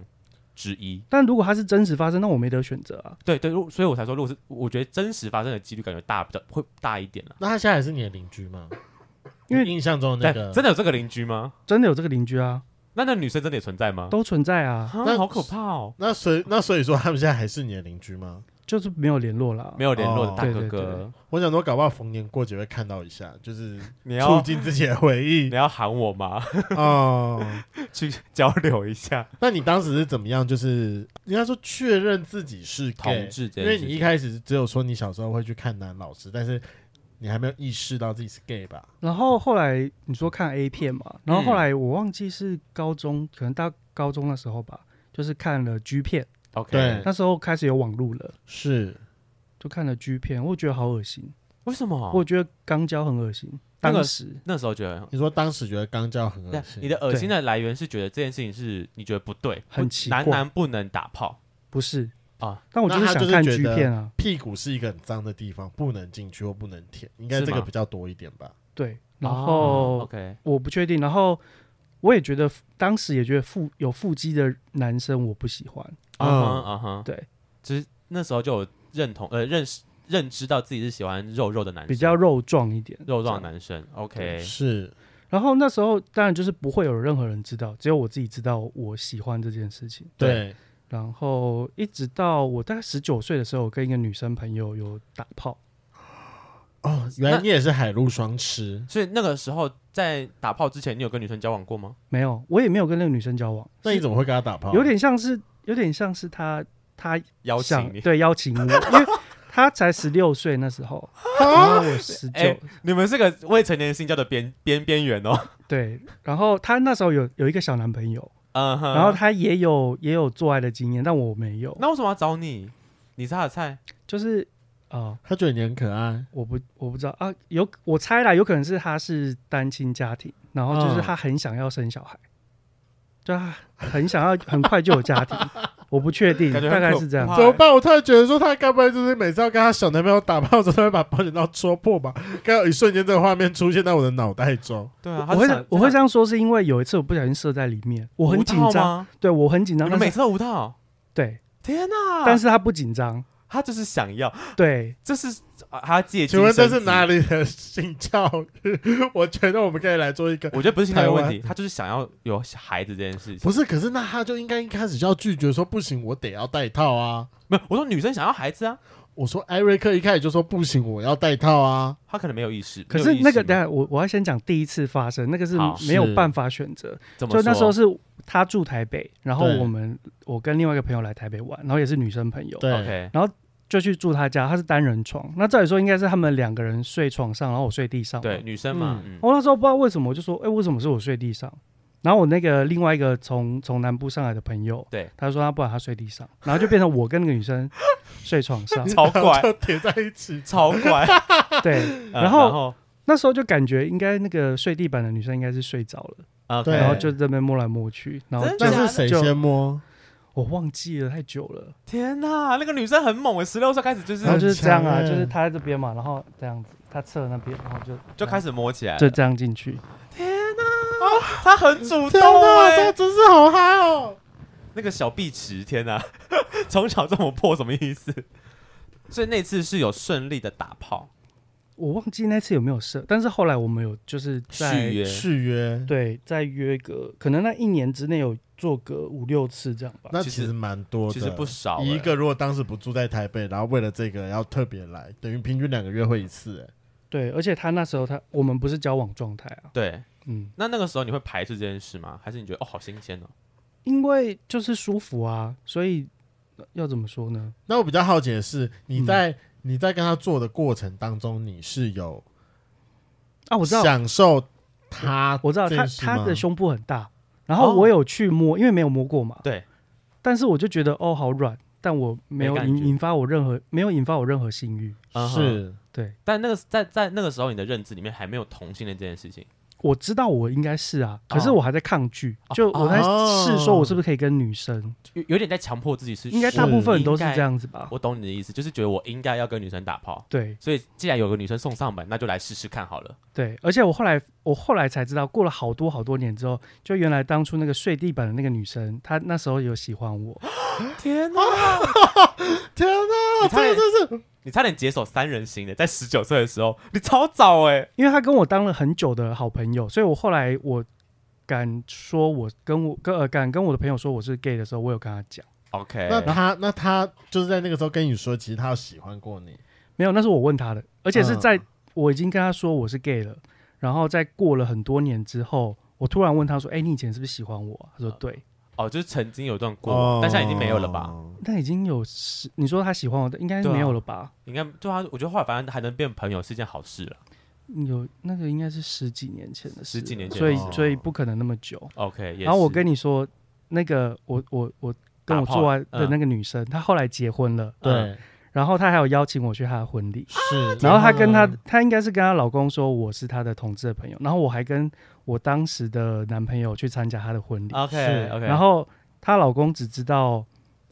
S2: 之一。
S3: 但如果它是真实发生，那我没得选择啊。
S2: 对对，如所以我才说，如果是我觉得真实发生的几率感觉大比较会大一点了。啊
S1: 那他现在还是你的邻居吗？
S3: 因为
S1: 你印象中的那
S2: 但
S1: 个
S2: 真的有这个邻居吗？
S3: 真的有这个邻居啊，
S2: 那那女生真的也存在吗？
S3: 都存在啊，
S2: 啊
S1: 那
S2: 好可怕哦！
S1: 那所以那所以说他们现在还是你的邻居吗？
S3: 就是没有联络啦。
S2: 没有联络的
S1: 哦
S2: 大哥
S3: 对对
S2: 哥，
S1: 我想说，搞不好逢年过节会看到一下，就是
S2: 你
S1: 促
S2: 要
S1: 进自己的回忆
S2: 你要喊我吗？ [LAUGHS]
S1: 哦。
S2: 去交流一下
S1: 那你当时是怎么样？就是应该说确认自己是 gay，
S2: 同志这
S1: 因
S2: 件
S1: 为
S2: 事
S1: 你
S2: 情
S1: 一开始只有说你小时候会去看男老师，但是你还没有意识到自己是 gay 吧？
S3: 然后后来
S2: 嗯
S3: 你说看 A 片嘛，然后后来我忘记是高中，可能到高中的时候吧，就是看了 G 片，
S2: OK，
S1: 对
S3: 那时候开始有网路了，
S1: 是
S3: 就看了 G 片，我觉得好恶心，
S2: 为什么？
S3: 我觉得肛交很恶心。
S2: 哦那个
S3: 当时
S2: 那时候觉得很，
S1: 你说当时觉得肛交
S3: 嗯
S1: 很恶
S2: 那
S1: 心，
S2: 啊你的恶心的来源是觉得这件事情是你觉得不对，
S3: 很
S2: 不
S3: 奇
S2: 男
S3: 怪
S2: 男不能打炮
S3: 不是
S2: 啊，
S3: 但我
S1: 那
S3: 是
S1: 他
S3: 想
S1: 就是
S3: 看
S1: 觉
S3: G
S1: 得
S3: 片啊，
S1: 屁股是一个很脏的地方，不能进去或不能舔，应该
S2: 是
S1: 这个
S2: 吗
S1: 比较多一点吧？
S3: 对，然
S2: 哦
S3: 后
S2: OK，
S3: 我不确定，然后我也觉得当时也觉得腹有腹肌的男生我不喜欢，
S2: 啊哈啊哈，
S3: 对，
S2: 只是那时候就有认同呃认识认知到自己是喜欢肉肉的男生，
S3: 比较肉壮一点，
S2: 肉壮
S3: 这样
S2: 的男生，OK，
S1: 是
S3: 然后那时候当然就是不会有任何人知道，只有我自己知道我喜欢这件事情。
S1: 对，
S3: 然后一直到我大概十九岁的时候，我跟一个女生朋友有打炮，
S1: 哦，原来
S2: 那
S1: 你也是海陆双吃，
S2: 所以那个时候在打炮之前，你有跟女生交往过吗？
S3: 没有，我也没有跟那个女生交往，
S1: 那你怎么会跟他打炮？
S3: 有点像是有点像是她她
S2: 邀
S3: 想
S2: 请你，
S3: 对邀请我，
S2: [LAUGHS]
S3: 因为她才十六岁那时候，然后我十九、
S2: 啊哎你们是个未成年性交的边边边缘哦，
S3: 对，然后她那时候有有一个小男朋友，
S2: 嗯哼，
S3: 然后她也有也有做爱的经验，但我没有，
S2: 那为什么要找你？你是他的菜，
S3: 就是呃
S1: 他觉得你很可爱，
S3: 我不我不知道啊，有我猜啦，有可能是他是单亲家庭，然后就是
S1: 嗯
S3: 他很想要生小孩，对啊，很想要很快就有家
S2: [LAUGHS]
S3: 庭，我不确定，
S2: 感觉
S3: 大
S2: 很
S3: 概
S2: 可
S3: 是这样
S2: 怕。
S1: 怎么办？我突然觉得说，他该不会就是每次要跟他小男朋友打炮的时候，都会把保险套戳破
S2: [LAUGHS]
S1: 吧？刚好一瞬间，这个画面出现在我的脑袋中。
S2: 对啊，
S3: 我会这我会这样说，是因为有一次我不小心射在里面，我很紧张，
S2: 张，
S3: 对我很
S2: 哦
S3: 紧
S2: 你
S3: 张，
S2: 们
S3: 但
S2: 每
S3: 是
S2: 次都无套，
S3: 对，
S2: 天哪！
S3: 但是他不紧张，
S2: 他就是想要，
S3: 对，
S2: 这是啊他借。
S1: 请问这是哪？里的性教育？ [LAUGHS] 我觉得我们可以来做一个。
S2: 我觉得不是性教育问
S1: 台
S2: 题，他就是想要有孩子这件事情。
S1: 不是，可是那他就应该一开始就要拒绝说不行，我得要戴套啊。
S2: 没有，我说女生想要孩子啊，
S1: 我说艾瑞克一开始就说不行，我要戴套啊。
S2: 他可能没有意识。
S3: 可
S2: 没
S3: 是
S2: 有意识
S3: 那个
S2: 嘛
S3: 等下我我要先讲第一次发生，那个是
S2: 好
S3: 没有
S1: 是
S3: 办法选择，
S2: 怎么
S3: 就
S2: 说？
S3: 那时候是他住台北，然后
S1: 对
S3: 我们我跟另外一个朋友来台北玩，然后也是女生朋友，
S1: 对
S2: 哦
S1: [LAUGHS]
S2: OK，
S3: 就去住他家，他是单人床。那照理说应该是他们两个人睡床上，然后我睡地上。
S2: 对，女生嘛，嗯，
S3: 我那时候不知道为什么，我就说，哎、为什么是我睡地上？然后我那个另外一个从从南部上来的朋友，
S2: 对，
S3: 他说他啊不然他睡地上，然后就变成我跟那个女生睡床
S2: [LAUGHS]
S3: 上。
S2: 嗯超
S3: [LAUGHS]
S2: 怪，
S1: 就贴在一起。
S2: 超怪。
S3: 对，
S2: 嗯
S3: 然后
S2: 后
S3: 那时候就感觉应该那个睡地板的女生应该是睡着了，
S2: OK，
S1: 对
S3: 然后就这边摸来摸去，然后
S2: 真的
S1: 但
S2: 假的
S1: 是谁先摸？
S3: 我忘记了太久了，
S2: 天哪，那个女生很猛诶，十六岁开始就是
S3: 然后就是这样啊，
S1: 很强欸
S3: 就是他在这边嘛，然后这样子，他侧那边，然后就
S2: 就开始摸起来了，
S3: 就这样进去。
S2: 她很主动
S1: 天哪，
S2: 哎
S1: 这，真是好嗨哦！
S2: 那个小碧池，天哪， [LAUGHS] 从小这么破什么意思？所以那次是有顺利的打炮，
S3: 我忘记那次有没有射，但是后来我们有就是在
S2: 续约
S1: 续约，
S3: 对再约个，可能那一年之内有做个五六次这样吧。
S1: 那
S2: 其
S1: 其
S2: 实
S1: 实蛮多的，
S2: 其实不少、欸。
S1: 以一个如果当时不住在台北，然后为了这个要特别来，等于平均两个月会一次、欸。
S3: 对，而且他那时候他我们不是交往状态啊，
S2: 对，
S3: 嗯，
S2: 那那个时候你会排斥这件事吗？还是你觉得哦好新鲜哦？
S3: 因为就是舒服啊，所以呃要怎么说呢？
S1: 那我比较好奇的是，
S3: 嗯
S1: 你在、你在跟他做的过程当中，你是有
S3: 啊，我知道，
S1: 享受他
S3: 我知道
S1: 这
S3: 他
S1: 件事吗
S3: 他的胸部很大，然
S2: 哦
S3: 后我有去摸，因为没有摸过嘛，
S2: 对，
S3: 但是我就觉得哦好软，但我没有
S2: 没感
S3: 引
S2: 觉
S3: 引发我任何没有引发我任何性欲，
S2: 嗯哼
S1: 是
S3: 对
S2: 但那个在在那个时候你的认知里面还没有同性恋这件事情。
S3: 我知道我应该是啊，可是
S2: 哦
S3: 我还在抗拒，
S2: 哦
S3: 就我在
S1: 哦
S3: 试说我是不是可以跟女生。
S2: 有有点在强迫自己是，
S3: 应该大部分都是这。样子吧？
S2: 我懂你的意思，就是觉得我应该要跟女生打炮，
S3: 对
S2: 所以既然有个女生送上门，那就来试试看好了。
S3: 对，而且我后来我后来才知道，过了好多好多年之后，就原来当初那个睡地板的那个女生，她那时候有喜欢我，
S2: 天哪！ [LAUGHS]
S1: 天哪，
S2: 你差
S1: 这个
S2: 点
S1: 真是
S2: 你差点解锁三人行的，在十九岁的时候，你超早哎、
S3: 因为她跟我当了很久的好朋友，所以我后来我敢说我跟我跟呃敢跟我的朋友说我是 gay 的时候，我有跟她讲，
S2: OK，
S1: 那他那他就是在那个时候跟你说，其实他有喜欢过你，
S3: 没有，那是我问她的，而且是在、我已经跟她说我是 gay 了，然后在过了很多年之后，我突然问她说，哎、你以前是不是喜欢我啊？她说对，
S2: 哦，就是曾经有一段过往，
S3: 哦
S2: 但现在已经没有了吧？？
S1: 哦
S3: 那已经有十，你说她喜欢我的应该
S2: 对啊
S3: 没有了吧？
S2: 应该对啊，我觉得后来反正还能变朋友是件好事了。
S3: 有那个应该是十几年前的事了，
S2: 十几年前
S3: 所以
S1: 的事
S3: 所以不可能那么久。
S2: OK，也
S3: 然后我
S2: 是
S3: 跟你说，那个我我我跟我
S2: 打炮
S3: 做爱的那个女生，她后来结婚了，
S2: 嗯
S1: 对，
S3: 然后她还有邀请我去她的婚礼，
S1: 是。
S3: 啊然后她跟她
S1: 嗯
S3: 她应该是跟她老公说我是她的同志的朋友，然后我还跟我当时的男朋友去参加她的婚礼，
S2: OK
S1: 是
S2: 哦 OK，
S3: 然后她老公只知道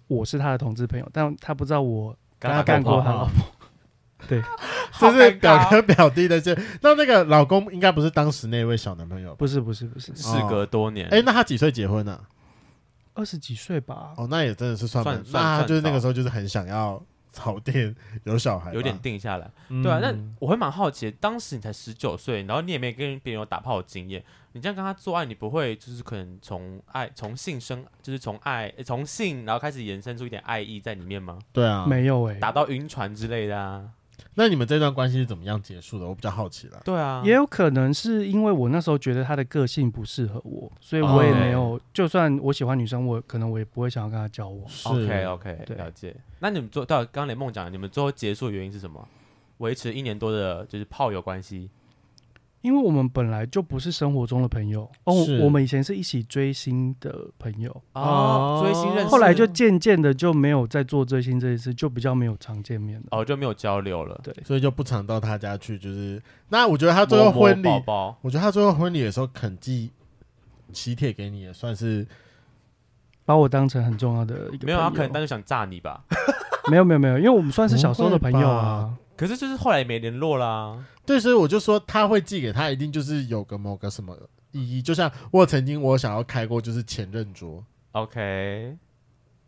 S3: 我是她的同志朋友，但他不知道我
S2: 刚
S1: 他
S2: 刚
S3: 干
S2: 干
S3: 过
S1: 过
S3: 她老婆，对，
S1: 这是表
S2: 好尴尬
S1: 哥表弟的事。那那个老公应该不是当时那位小男朋友吧？
S3: 不是不是不是，
S2: 事隔多年，
S1: 哎，那他几岁结婚呢？
S3: 二十几岁吧，
S1: 哦，那也真的是算蛮
S2: 算，算
S1: 那他就是
S2: 算
S1: 那个
S2: 早
S1: 时候就是很想要草甸有小孩吧，
S2: 有点定下来。
S1: 嗯
S2: 对啊，那我会蛮好奇，当时你才十九岁，然后你也没跟别人有打炮的经验，你这样跟他做爱，你不会就是可能从爱从性生，就是从爱呃从性，然后开始延伸出一点爱意在里面吗？
S1: 对啊，
S3: 没有哎、
S2: 打到晕船之类的啊？
S1: 那你们这段关系是怎么样结束的？我比较好奇了。
S2: 对啊，
S3: 也有可能是因为我那时候觉得他的个性不适合我，所以我也没有。就算我喜欢女生，我可能我也不会想要跟她交往。
S1: 是
S2: OK 哦 OK
S3: 对
S2: 了解。那你们做到刚刚雷梦讲，你们最后结束的原因是什么？维持一年多的就是炮友关系，
S3: 因为我们本来就不是生活中的朋友哦
S1: 是，
S3: 我们以前是一起追星的朋友，
S1: 哦
S2: 哦，追星认识，
S3: 后来就渐渐的就没有再做追星这件事，就比较没有常见面了。
S2: 哦就没有交流了。
S3: 对，
S1: 所以就不常到他家去，就是那我觉得他最后
S2: 摸摸
S1: 婚礼，
S2: 抱抱
S1: 我觉得他最后婚礼的时候肯寄喜帖给你，也算是
S3: 把我当成很重要的一个
S2: 没有，他
S3: 啊，
S2: 可能单纯想炸你吧。
S3: 没有没有没有，因为我们算是小时候的朋友啊。
S2: 可是就是后来也没联络啦。
S1: 对，所以我就说他会寄给他，一定就是有个某个什么意义。就像我曾经我想要开过就是前任桌，
S2: OK，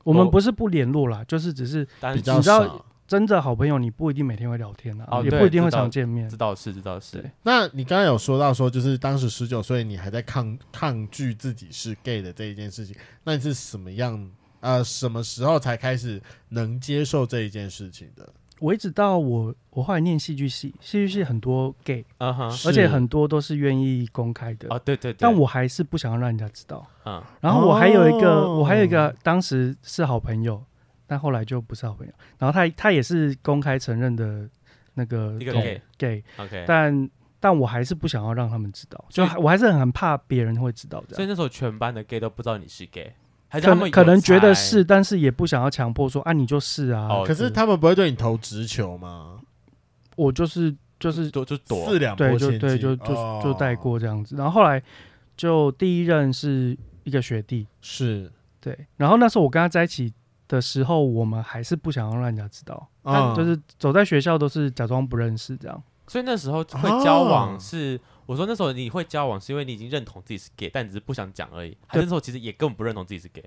S3: 我们不是不联络啦，就是只是
S2: 但
S1: 比
S2: 是
S1: 较
S3: 你知道
S1: 少。
S3: 真的好朋友，你不一定每天会聊天啊，
S2: 哦
S3: 也
S2: 对
S3: 不一定会
S2: 知道
S3: 常见面
S2: 知。道是知道是
S3: 对，
S1: 那你刚刚有说到说，就是当时十九岁你还在抗抗拒自己是 gay 的这一件事情，那你是什么样？呃，什么时候才开始能接受这一件事情的？
S3: 我一直到我我后来念戏剧系，戏剧系很多 gay，
S2: 嗯哼，
S1: 是
S3: 啊而且很多都是愿意公开的，
S2: 哦对对对，
S3: 但我还是不想要让人家知道。
S2: 嗯
S3: 然后我还有一个，
S1: 哦
S3: 我还有一个当时是好朋友，但后来就不是好朋友。然后他他也是公开承认的那个
S2: 一个
S3: 同
S2: gay
S3: gay，
S2: OK，
S3: 但但我还是不想要让他们知道，
S2: 所
S3: 就
S2: 以
S3: 还我还是很怕别人会知道这
S2: 所以
S3: 样。
S2: 那时候全班的 gay 都不知道你是 gay，还是
S3: 可
S2: 他们
S3: 能
S2: 有
S3: 可能觉得
S2: 猜
S3: 是，但是也不想要强迫说啊，你就是啊，
S2: 哦
S1: 可是他们不会对你投直球吗？
S3: 我就是就是
S2: 就就躲
S1: 四两拨
S3: 对，
S1: 千
S3: 就
S1: 斤，
S3: 对，就就
S1: 哦
S3: 就带过这样子。然后后来就第一任是一个学弟，
S1: 是，
S3: 对。然后那时候我跟他在一起的时候，我们还是不想要让人家知道，
S1: 嗯
S3: 就是走在学校都是假装不认识这样。
S2: 所以那时候会交
S1: 哦
S2: 往是，我说那时候你会交往是因为你已经认同自己是 gay，但只是不想讲而已。还是那时候其实也根本不认同自己是 gay，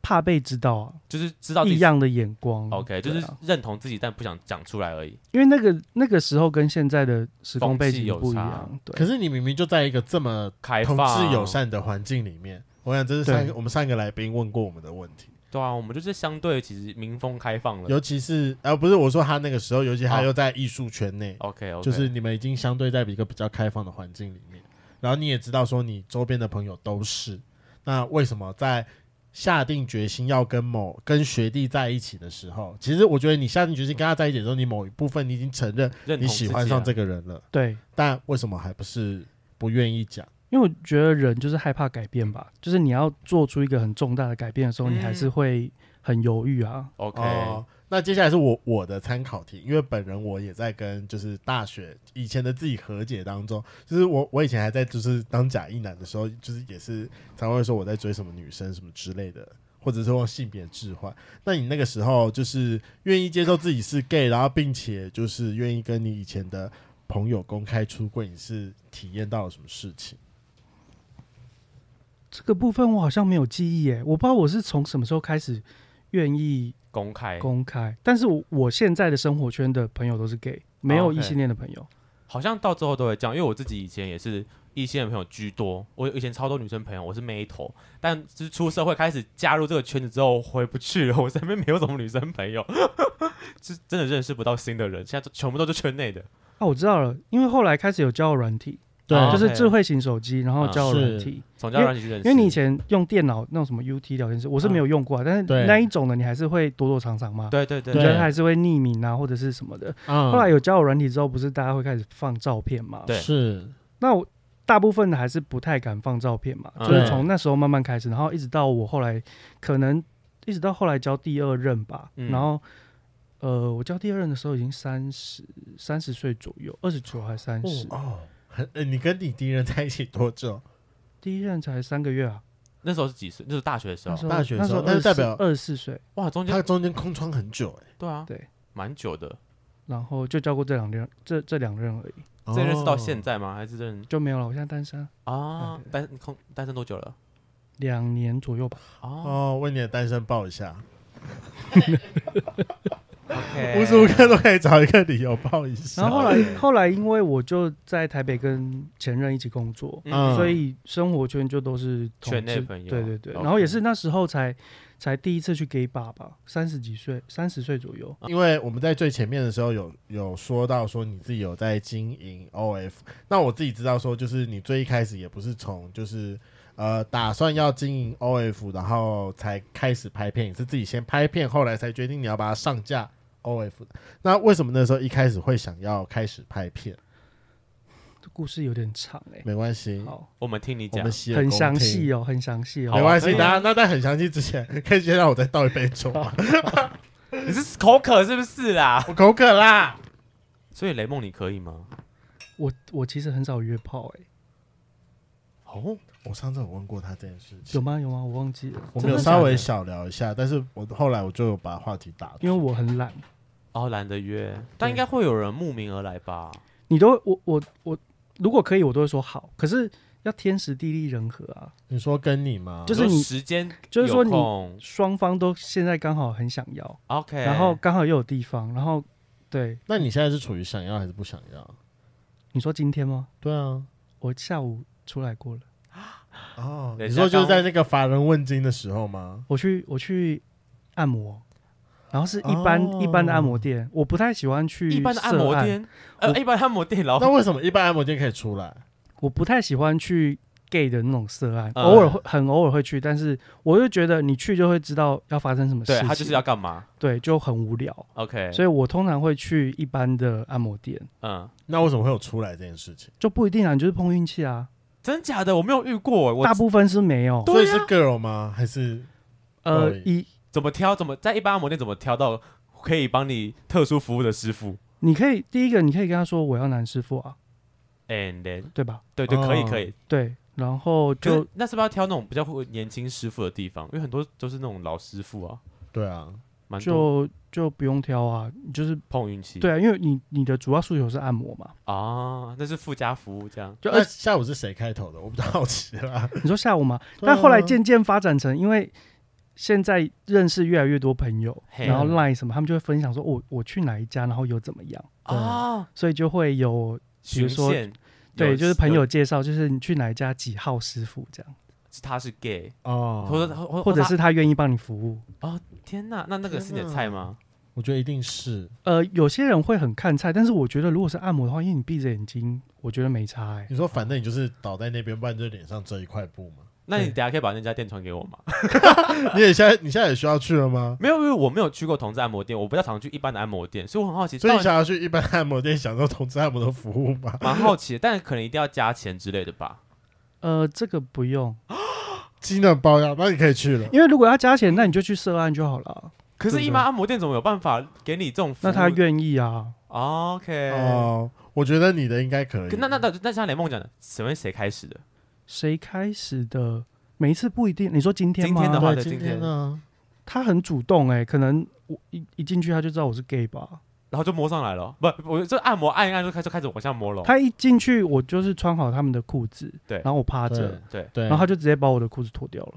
S3: 怕被知道啊，
S2: 就是知道自己
S3: 异
S2: 是
S3: 样的眼光。
S2: OK，就
S3: 对
S2: 是
S3: 啊
S2: 认同自己但不想讲出来而已。
S3: 因为那个那个时候跟现在的时空
S2: 风气
S3: 背景
S2: 有
S3: 不一
S2: 差
S3: 样，
S1: 可
S3: 对，
S1: 是你明明就在一个这么
S2: 开
S1: 同
S2: 放
S1: 志友，善的环境里面，我想这是上一个
S3: 对
S1: 我们上一个来宾问过我们的问题，
S2: 对啊，我们就是相对其实民风开放了。
S1: 尤其是呃不是我说他那个时候，尤其他
S2: 哦
S1: 又在艺术圈内，
S2: OK OK，
S1: 就是你们已经相对在一个比较开放的环境里面，然后你也知道说你周边的朋友都是，那为什么在下定决心要跟某跟学弟在一起的时候，其实我觉得你下定决心跟他在一起的时候，你某一部分你已经承认
S2: 认
S1: 你
S2: 同
S1: 喜
S2: 自
S1: 欢
S2: 己
S1: 上
S2: 啊
S1: 这个人了，
S3: 对。
S1: 但为什么还不是不愿意讲？
S3: 因为我觉得人就是害怕改变吧，就是你要做出一个很重大的改变的时候，你还是
S2: 嗯
S3: 会很犹豫啊。
S2: OK，、
S1: 哦，那接下来是我我的参考题，因为本人我也在跟就是大学以前的自己和解当中，就是我我以前还在就是当假一男的时候，就是也是常会说我在追什么女生什么之类的，或者是用性别置换。那你那个时候就是愿意接受自己是 gay，然后并且就是愿意跟你以前的朋友公开出柜，你是体验到了什么事情？
S3: 这个部分我好像没有记忆耶，我不知道我是从什么时候开始愿意
S2: 公开
S3: 公开，但是我我现在的生活圈的朋友都是 gay，没
S2: 哦
S3: 有异性恋的朋友。
S2: 好像到最后都会这样，因为我自己以前也是异性的朋友居多，我以前超多女生朋友，我是妹头，但就是出社会开始加入这个圈子之后回不去了，我身边没有什么女生朋友，是真的认识不到新的人，现在都全部都是圈 [LAUGHS] 内的。
S3: 啊，我知道了，因为后来开始有交友软体，
S2: 对啊
S3: 就是
S2: 对
S3: 智慧型手机，然后
S2: 啊
S3: 交友软
S1: 是
S3: 体。
S2: 从交友软体去认
S3: 因
S2: 识，
S3: 为你以前用电脑那种什么 UT 聊天室，我是没有用过、啊，但是
S1: 对
S3: 那一种的你还是会躲躲藏藏嘛，
S2: 对对对
S3: 你
S1: 对
S3: 觉得还是会匿名啊或者是什么的。
S1: 嗯
S3: 后来有交友软体之后，不是大家会开始放照片嘛？
S2: 对
S1: 是
S3: 那我大部分的还是不太敢放照片嘛，
S2: 嗯
S3: 就是从那时候慢慢开始，然后一直到我后来可能一直到后来交第二任吧，
S2: 嗯
S3: 然后呃，我交第二任的时候已经三十三十岁左右，二十九还三十、
S1: 哦，很、呃你跟你敌人在一起多久？
S3: 第一任才三个月啊，
S2: 那时候是几岁？那时候大学的时
S3: 那
S2: 候
S3: 时，候
S1: 大学的
S3: 那
S1: 时
S3: 时
S1: 候
S3: 候
S1: 但是代表
S3: 二十四岁，
S2: 哇，中间
S1: 他中间空窗很久、欸，
S2: 对啊，
S3: 对，
S2: 蛮久的。
S3: 然后就交过这两任，这这两任而已，
S1: 哎，
S2: 这认识到现
S1: 在，
S2: 在吗？还是认
S3: 就没有了。我现在单身啊
S2: 啊
S3: 对？对
S2: 单空单身多久了？
S3: 两年左右吧，
S2: 哦
S1: 哦，为你的单身抱一下，
S2: ，OK，
S1: 无时无刻都可以找一个理由抱一下。
S3: 然后后来后来因为我就在台北跟前任一起工作，
S1: 嗯
S3: 所以生活圈就都是同
S2: 圈内
S3: 志
S2: 朋友
S3: 对对对，
S2: OK
S3: 然后也是那时候才才第一次去 gay bar 吧，三十几岁，三十岁左右。
S1: 因为我们在最前面的时候有有说到说你自己有在经营 OF，那我自己知道说就是你最一开始也不是从就是呃打算要经营 OF，然后才开始拍片，你是自己先拍片，后来才决定你要把它上架 OF 的。那为什么那时候一开始会想要开始拍片？
S3: 这故事有点长哎、
S1: 没关系，
S3: 好，
S2: 我们听你
S1: 我
S2: 讲
S1: 们，洗耳
S3: 很
S1: 恭
S3: 详
S1: 听
S3: 细哦，很详细哦。
S1: 没关系，
S2: 好啊可以啊
S1: 大家那在很详细之前， [LAUGHS] 可以先让我再倒一杯酒吗？
S2: 你是口渴是不是啦？
S1: 我口渴啦。
S2: 所以雷梦你可以吗？
S3: 我我其实很少约炮哎、
S1: 哦，我上次有问过他这件事情，
S3: 有吗有吗？我忘记了，
S1: 我们有
S2: 真的假的
S1: 稍微小聊一下，但是我后来我就有把话题打住，
S3: 因为我很懒。
S2: 哦，懒得约，但应该会有人慕名而来吧？
S3: 你都我我我，如果可以我都会说好，可是要天时地利人和啊，
S1: 你说跟你吗？
S3: 就是你
S2: 有时间有空，
S3: 就是说你双方都现在刚好很想要，
S2: OK，
S3: 然后刚好又有地方，然后对
S1: 那你现在是处于想要还是不想要？
S3: 你说今天吗？
S1: 对啊，
S3: 我下午出来过了。
S1: 哦，
S2: 等
S1: 你
S2: 一下
S1: 说就是在那个法人问津的时候吗？
S3: 我去我去按摩，然后是一般、
S1: 哦
S3: 一般的按摩店，我不太喜欢去
S2: 一般的按摩
S3: 色，
S2: 店，呃，
S3: 我
S2: 一般的按摩店，然
S1: 那
S2: 后
S1: 为什么一般按摩店可以出来？
S3: 我不太喜欢去 gay 的那种色案，
S2: 嗯
S3: 偶尔会很偶尔会去，但是我就觉得你去就会知道要发生什么事
S2: 对
S3: 情，
S2: 他就是要干嘛
S3: 对就很无聊，
S2: ？OK，
S3: 所以我通常会去一般的按摩店，
S2: 嗯，
S1: 那为什么会有出来这件事情？
S3: 就不一定啊，你就是碰运气啊，
S2: 真假的我没有遇过，欸我
S3: 大部分是没有，
S1: 所以
S2: 对
S1: 是
S2: 啊，
S1: girl 吗？还是
S3: 呃
S1: 对
S3: 一。
S2: 怎么挑？怎么在一般按摩店怎么挑到可以帮你特殊服务的师傅
S3: 你可以第一个，你可以跟他说我要男师傅啊，
S2: ？And then，
S3: 对吧？
S2: 对对，可以
S1: 哦
S2: 可以，
S3: 对，然后
S2: 可
S3: 就是
S2: 那是不是要挑那种比较会年轻师傅的地方？因为很多都是那种老师傅啊，
S1: 对啊？
S2: 蛮多
S3: 就就不用挑啊，你就是
S2: 碰运气。
S3: 对啊，因为你你的主要诉求是按摩嘛，
S2: 啊，那是附加服务这样。
S1: 就那下午是谁开头的？我比较好奇啦。
S3: 你说下午嘛，
S1: 对啊
S3: [LAUGHS] 但后来渐渐发展成，因为现在认识越来越多朋友，
S2: 嘿
S3: 然后 Line 什么，他们就会分享说，哦我、我去哪一家，然后有怎么样，
S2: 啊，
S3: 所以就会有比
S2: 巡
S3: 如说
S2: 线有
S3: 对，就是朋友
S2: 有
S3: 介绍，就是你去哪一家几号师傅这样，
S2: 他是 gay，或者
S1: 哦，
S2: 或
S3: 或者
S2: 他
S3: 是他愿意帮你服务。
S2: 天哪，那那个是你的
S1: 天哪
S2: 菜吗？
S1: 我觉得一定是。
S3: 呃，有些人会很看菜，但是我觉得如果是按摩的话，因为你闭着眼睛，我觉得没差哎、
S1: 你说反正你就是倒在那边，不然就是脸上遮一块布嘛。
S2: 那你
S3: 对
S2: 等下可以把那家店传给我吗？ [LAUGHS]
S1: 你也现在你现在也需要去了吗？
S2: 没有，因为我没有去过同志按摩店，我比较常去一般的按摩店，所以我很好奇，
S1: 所以
S2: 到
S1: 你
S2: 底
S1: 想要去一般按摩店享受同志按摩的服务吗？
S2: 蛮好奇的， [LAUGHS] 但可能一定要加钱之类的吧？
S3: 呃，这个不用，
S1: 机能包养，那你可以去
S2: [LAUGHS]
S1: 了。
S3: 因为如果要加钱，那你就去涉案就好了。
S2: 可是，
S1: 对
S2: 一般按摩店怎么有办法给你这种服务？
S3: 那他愿意啊，
S2: OK，
S1: 哦，我觉得你的应该可以。
S2: 哎可那那那那像雷梦讲的，请问谁开始的？
S3: 谁开始的？每一次不一定。你说今天吗？
S2: 今天的话
S1: 对
S2: 今
S1: 今
S2: 天
S1: 呢？
S3: 他很主动哎、可能我一一进去他就知道我是 gay 吧。
S2: 然后就摸上来了，不，我这按摩按一按就开就开始往下摸了。
S3: 他一进去，我就是穿好他们的裤子，
S2: 对
S3: 然后我趴
S1: 对
S3: 着，
S2: 对，
S1: 对，
S3: 然后他就直接把我的裤子脱掉了。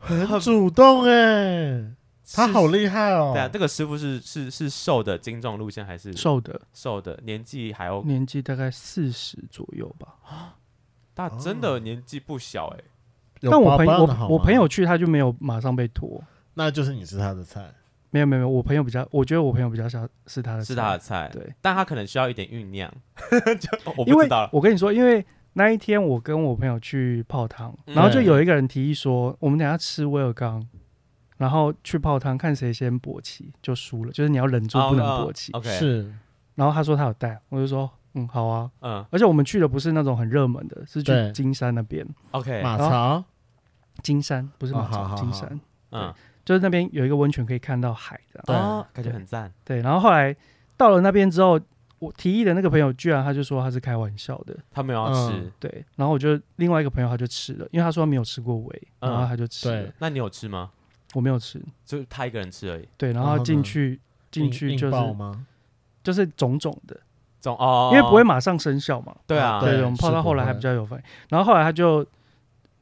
S1: 很主动哎，他好厉害哦。
S2: 对啊，这个师傅是是是瘦的精壮路线还是
S3: 瘦的，
S2: 瘦的？年纪还 OK，
S3: 年纪大概四十左右吧。
S2: 他
S1: 哦
S2: 真的年纪不小哎、
S1: 有
S3: 但我
S1: 包
S3: 朋
S1: 包
S3: 友
S1: 的好吗
S3: 我我朋友，去他就没有马上被脱，
S1: 那就是你是他的菜。
S3: 没有没有没有，我朋友比较，我觉得我朋友比较像是他的
S2: 是他的
S3: 菜
S2: 菜，
S3: 对，
S2: 但他可能需要一点酝
S3: [LAUGHS]
S2: 酿，就我
S3: 因
S2: 不
S3: 为
S2: 知道了。
S3: 我跟你说，因为那一天我跟我朋友去泡汤，
S2: 嗯
S3: 然后就有一个人提议说，我们等一下吃威尔刚，然后去泡汤，看谁先
S2: 哦
S3: 勃起就输了，就是你要忍住不能勃起。
S2: 嗯 OK，
S1: 是
S3: 然后他说他有带，我就说嗯，好啊。
S2: 嗯
S3: 而且我们去的不是那种很热门的，是去
S1: 对
S3: 金山那边。
S2: ，OK，
S1: 马槽，
S3: 金山不是
S1: 哦
S3: 马
S1: 好
S3: 槽，
S1: 好
S3: 金
S1: 好
S3: 山
S2: 嗯，
S3: 就是那边有一个温泉可以看到海的。
S1: 对
S2: 哦，感觉很赞，
S3: 对，然后后来到了那边之后，我提议的那个朋友居然他就说他是开玩笑的，
S2: 他没有要吃，
S3: 对，然后我就另外一个朋友他就吃了，因为他说他没有吃过尾，
S2: 嗯
S3: 然后他就吃了，
S1: 对
S2: 那你有吃吗？
S3: 我没有吃，
S2: 就是他一个人吃而已，
S3: 对，然后
S1: 然
S3: 他
S1: 后
S3: 进
S1: 呢
S3: 去进
S1: 硬
S3: 去
S1: 硬
S3: 就是
S1: 爆吗？
S3: 就是种种的，
S2: 总哦，
S3: 因为不会马上生效嘛，
S2: 对啊，
S1: 对
S3: 对，我们泡
S1: 是
S3: 到
S1: 不
S3: 后来还
S1: 会
S3: 比较有反应，然后后来他就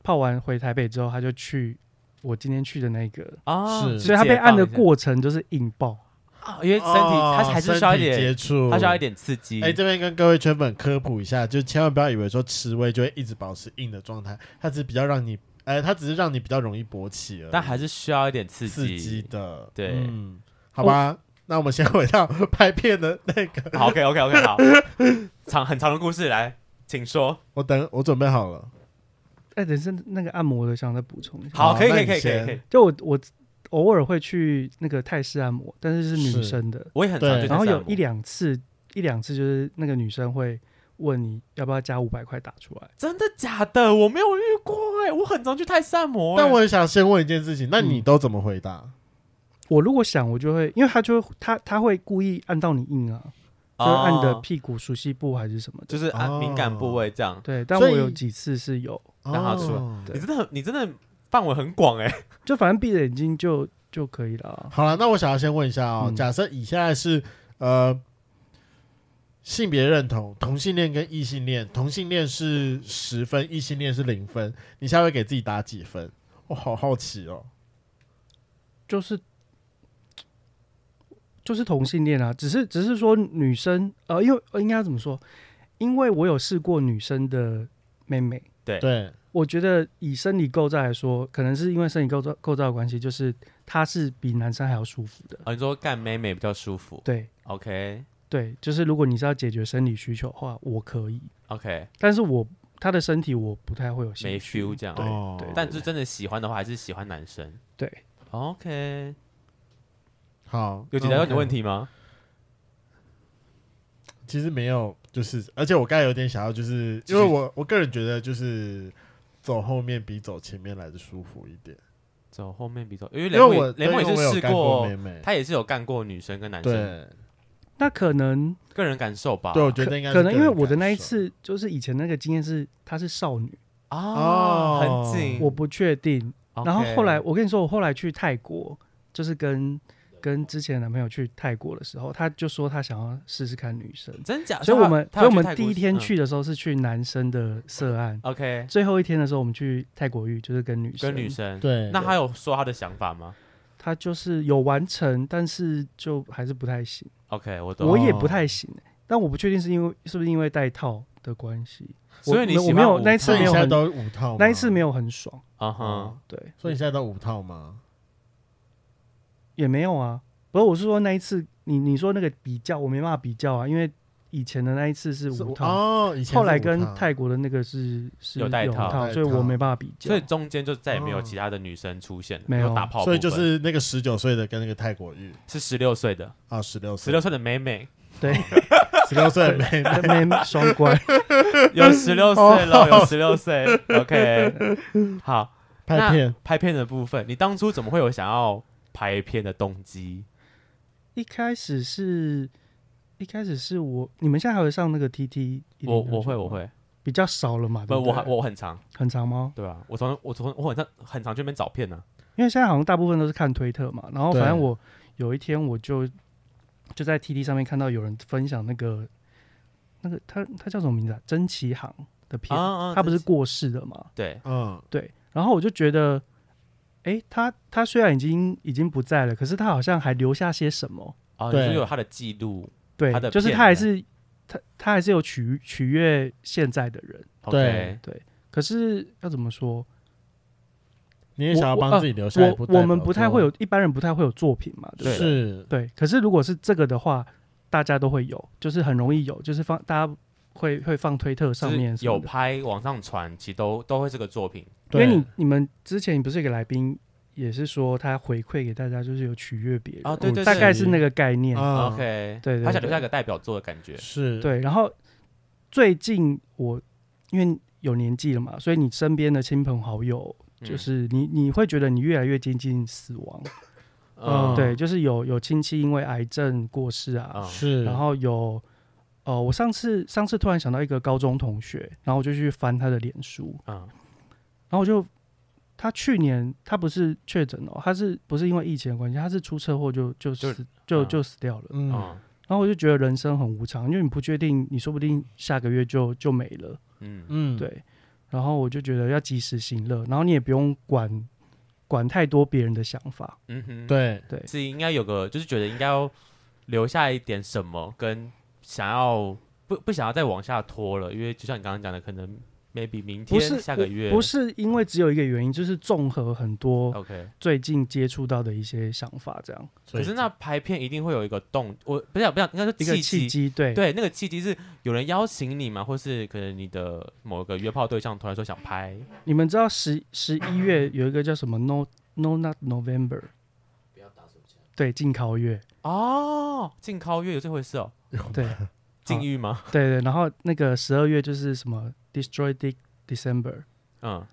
S3: 泡完回台北之后，他就去我今天去的那个。
S2: 啊，
S1: 是
S2: 去
S3: 所以他被
S2: 解放
S3: 按的
S2: 一下
S3: 过哦程就是引爆，
S2: 啊，因为身体他还是需要
S1: 哦身
S2: 一
S1: 体接
S2: 点，
S1: 触，
S2: 他需要一。点刺激，
S1: 哎、这边跟各位圈粉科普一下，就千万不要以为说吃味就会一直保持硬的状态，它只是比较让你，哎、它只是让你比较容易勃起而已，
S2: 但还是需要一点刺
S1: 刺激
S2: 激。
S1: 的，
S2: 对
S1: 嗯，好吧，那我们先回到拍片的那个，
S2: 好，OK OK OK，好， [LAUGHS] 长很长的故事，来，请说。
S1: 我等我准备好了，
S3: 哎，等一下那个按摩的，想再补充一下。
S2: 好，
S1: 好
S2: 可以
S1: 那
S2: 可以
S1: 你
S2: 可以可以
S1: 先
S2: 可以，
S3: 就我我偶尔会去那个泰式按摩，但是是女生的。
S2: 我也很常
S1: 对
S2: 去
S3: 然后
S2: 泰式按
S3: 有
S2: 摩
S3: 一两次，一两次就是那个女生会问你要不要加五百块打出来。
S2: 真的假的？我没有遇过哎、我很常去泰式按摩、欸。
S1: 但我也想先问一件事情，那你
S3: 嗯
S1: 都怎么回答？
S3: 我如果想，我就会，因为她就会她她会故意按到你硬啊，就
S2: 哦
S3: 是按你的屁股、熟悉部还是什么的。
S2: 就是按
S1: 哦
S2: 敏感部位这样。
S3: 对，但
S1: 所
S3: 我
S1: 以
S3: 有几次是有，
S2: 让他出来
S1: 哦
S3: 对
S2: 你真的很，你真的范围很 [LAUGHS] 广哎、
S3: 就反正闭着眼睛就就可以了啊。
S1: 好了，那我想要先问一下哦，
S3: 嗯
S1: 假设以下是呃性别认同，同性恋跟异性恋，同性恋是十分，异性恋是零分，你下会给自己打几分？我好好奇哦。
S3: 就是就是同性恋啊，只是只是说女生，呃，因为呃应该要怎么说？因为我有试过女生的妹妹，
S1: 对，
S3: 我觉得以生理构造来说，可能是因为生理构造构造的关系，就是她是比男生还要舒服的。
S2: 啊，你说干妹妹比较舒服
S3: 对
S2: ，OK
S3: 对，就是如果你是要解决生理需求的话，我可以，
S2: OK，
S3: 但是我她的身体我不太会有兴
S2: 没
S3: 趣
S2: feel 这样。
S3: 对
S1: 哦
S3: 对
S2: 但是真的喜欢的话，还是喜欢男生。
S3: 对，
S2: OK，
S1: 好，
S2: 有解
S1: 那
S2: 答到
S1: 我
S2: 你的问题吗？
S1: 其实没有，就是，而且我刚才有点想要，就是
S2: 继
S1: 因
S2: 续
S1: 为我我个人觉得，就是走后面比走前面来的舒服一点，
S2: 走后面比走，因为
S1: 因
S2: 雷
S1: 为
S2: 梦也
S1: 我
S2: 雷
S1: 对
S2: 梦
S1: 因为
S2: 也
S1: 我
S2: 是试
S1: 有干过
S2: 过
S1: 妹，妹，
S2: 他也是有干过女生跟男生，
S1: 对
S3: 那可能
S2: 个人感受吧。
S1: 对，我
S3: 可
S1: 觉得应该是
S3: 可能因为
S1: 个人
S3: 我的
S1: 感
S3: 那一
S1: 受
S3: 次就是以前那个经验是她是少女，
S2: 啊，
S1: 哦
S2: 很紧。
S3: 我不确定，
S2: OK
S3: 然后后来我跟你说，我后来去泰国，就是跟跟之前的男朋友去泰国的时候，他就说他想要试试看女生，
S2: 真假，
S3: 所以我们
S2: 啊他
S3: 所以
S2: 有
S3: 我
S2: 去泰
S3: 们第
S2: 国
S3: 一天
S2: 嗯
S3: 去的时候是去男生的涉案，
S2: OK，
S3: 最后一天的时候我们去泰国浴，就是跟女生，
S2: 跟女，生。
S1: 对，
S2: 那他有说他的想法吗
S3: 他就是有完成，但是就还是不太行，
S2: ？OK，我懂。
S3: 我也不太行、但我不确定是因为是不是因为戴套的关系，我
S2: 所以你
S3: 没
S2: 喜
S3: 我
S2: 欢
S3: 没有
S2: 舞
S3: 那
S2: 套
S3: 一次
S1: 所以
S3: 没
S1: 你
S3: 有
S1: 现在
S3: 很
S1: 都五套吗，
S3: 那一次没有很爽，
S2: 啊哈，
S3: 对，
S1: 所以你现在都五套吗？
S3: 也没有啊，不是，我是说那一次你你说那个比较，我没办法比较啊，因为以前的那一次是五套，
S1: 哦，以前是
S3: 后来
S1: 五
S3: 跟
S1: 套
S3: 泰国的那个是是
S2: 有带
S3: 有
S2: 套
S1: 带
S3: 所以
S1: 套
S3: 我没办法比较
S2: 所以。中间就再也没有
S1: 哦
S2: 其他的女生出现了，
S3: 没有
S2: 打炮的部
S1: 所以
S2: 分，
S1: 就是那个十九岁的跟那个泰国玉
S2: 是十六岁的
S1: 啊，十六
S2: 十
S1: 岁
S2: 六岁的妹妹，
S3: 对，
S1: 十六岁的妹 [LAUGHS] 妹，
S3: [LAUGHS] 那边双关，
S2: 有十六岁了，有十六岁。OK，好，
S3: 哦
S1: 拍片
S2: 拍片的部分，你当初怎么会有想要拍片的动机？
S3: 一开始是，一开始是我，你们现在还会上那个 TT？
S2: 我我会我，会，
S3: 比较少了嘛，
S2: 不，
S3: 对不
S2: 我
S3: 对
S2: 还我很长，
S3: 很长吗？
S2: 对啊，我从我从我很常很常去那边找片啊呢。
S3: 因为现在好像大部分都是看推特嘛，然后
S1: 对
S3: 反正我有一天我就就在 TT 上面看到有人分享那个那个他他叫什么名字啊？曾启航的片，
S2: 啊啊
S3: 他不是
S2: 曾
S3: 过世的嘛？
S2: 对，
S1: 嗯，
S3: 对，然后我就觉得，诶，他他虽然已经已经不在了，可是他好像还留下些什么？
S2: 啊，你
S1: 对
S2: 说有他的记录
S3: 对
S2: 他的，
S3: 就是
S2: 片
S3: 他还
S2: 呢
S3: 是他他还是有取取悦现在的人，
S2: ，OK，
S3: 可是要怎么说？
S1: 你也想要
S3: 我我
S1: 帮自己留下一部
S3: 啊我
S1: 代表作，
S3: 我们不太会有
S2: 哦
S3: 一般人不太会有作品嘛，对不对？
S1: 是
S3: 对，可是如果是这个的话，大家都会有，就是很容易有，就是放大家会会放推特上
S2: 就是
S3: 面什么
S2: 有
S3: 的，
S2: 拍往上传，其实都都会是个作品。
S3: 因
S1: 对
S3: 为你你们之前不是有个来宾也是说他回馈给大家就是有取悦别人，
S2: 啊对对
S3: 大概
S1: 对
S3: 是那个概念，
S1: 啊
S2: OK，
S3: 对对
S2: 他想
S3: 对
S2: 留下一个代表作的感觉。
S1: 是
S3: 对，然后最近我因为有年纪了嘛，所以你身边的亲朋好友，
S2: 嗯
S3: 就是你你会觉得你越来越接近死亡。
S1: 嗯
S3: 对，就是有有亲戚因为癌症过世啊，
S2: 嗯
S1: 是，
S3: 然后有，呃，我上次上次突然想到一个高中同学，然后我就去翻他的脸书，
S2: 嗯
S3: 然后我就他去年他不是确诊哦，他是不是因为疫情的关系，他是出车祸就就
S2: 就
S3: 死就
S2: 嗯
S3: 就死掉了。
S1: 嗯
S2: 嗯
S3: 然后我就觉得人生很无常，因为你不确定，你说不定下个月就就没了，
S2: 嗯
S1: 嗯，
S3: 对。然后我就觉得要及时行乐，然后你也不用管管太多别人的想法，
S2: 嗯哼，，
S1: 对，
S2: 是应该有个，就是觉得应该要留下一点什么，跟想要不不想要再往下拖了，因为就像你刚刚讲的，可能 maybe 明
S3: 不
S2: 天
S3: 是
S2: 下个月
S3: 不是因为只有一个原因，就是综合很多
S2: OK，
S3: 最近接触到的一些想法，这样
S2: 可是那拍片一定会有一个动，我不是不啊是应该是
S3: 一个
S2: 机
S3: 契机，对
S2: 对，那个契机是有人邀请你嘛，或是可能你的某个约炮对象突然说想拍，
S3: 你们知道十十一月有一个叫什么 No No Not November，对，禁烤月，
S2: 哦，禁靠月有这回事
S3: 啊
S2: 哦，
S3: 对
S2: 禁欲吗？
S3: 对对，然后那个十二月就是什么 Destroy Dick December，
S2: 嗯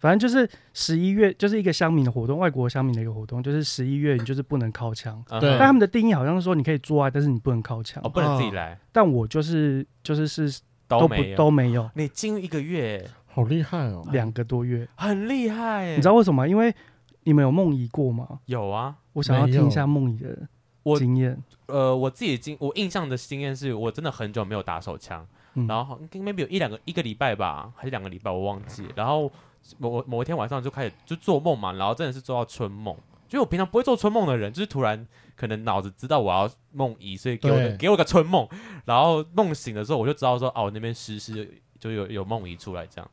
S3: 反正就是十一月就是一个乡民的活动，外国乡民的一个活动，就是十一月你就是不能靠枪。
S2: 嗯
S1: 对
S3: 但他们的定义好像是说你可以做爱，但是你不能靠枪
S2: 哦。不能自己来，
S3: 但我就是就是是
S2: 都
S3: 不
S2: 没有，嗯
S3: 哦都没有，
S2: 你禁欲一个月，
S1: 好厉害哦，
S3: 两个多月。
S2: 很厉害耶，
S3: 你知道为什么吗？因为你们有梦遗过吗？
S2: 有啊，
S3: 我想要
S1: 没
S3: 听
S1: 有
S3: 一下梦遗的
S2: 我
S3: 经验。
S2: 呃，我自己经我印象的经验是我真的很久没有打手枪，
S3: 嗯
S2: 然后好 maybe 有一两个一个礼拜吧，还是两个礼拜，我忘记。然后某某一天晚上就开始就做梦嘛，然后真的是做到春梦。就我平常不会做春梦的人，就是突然可能脑子知道我要梦遗，所以给我
S1: 对
S2: 给我个春梦，然后梦醒的时候我就知道说哦，我那边湿湿就有有梦遗出来这样。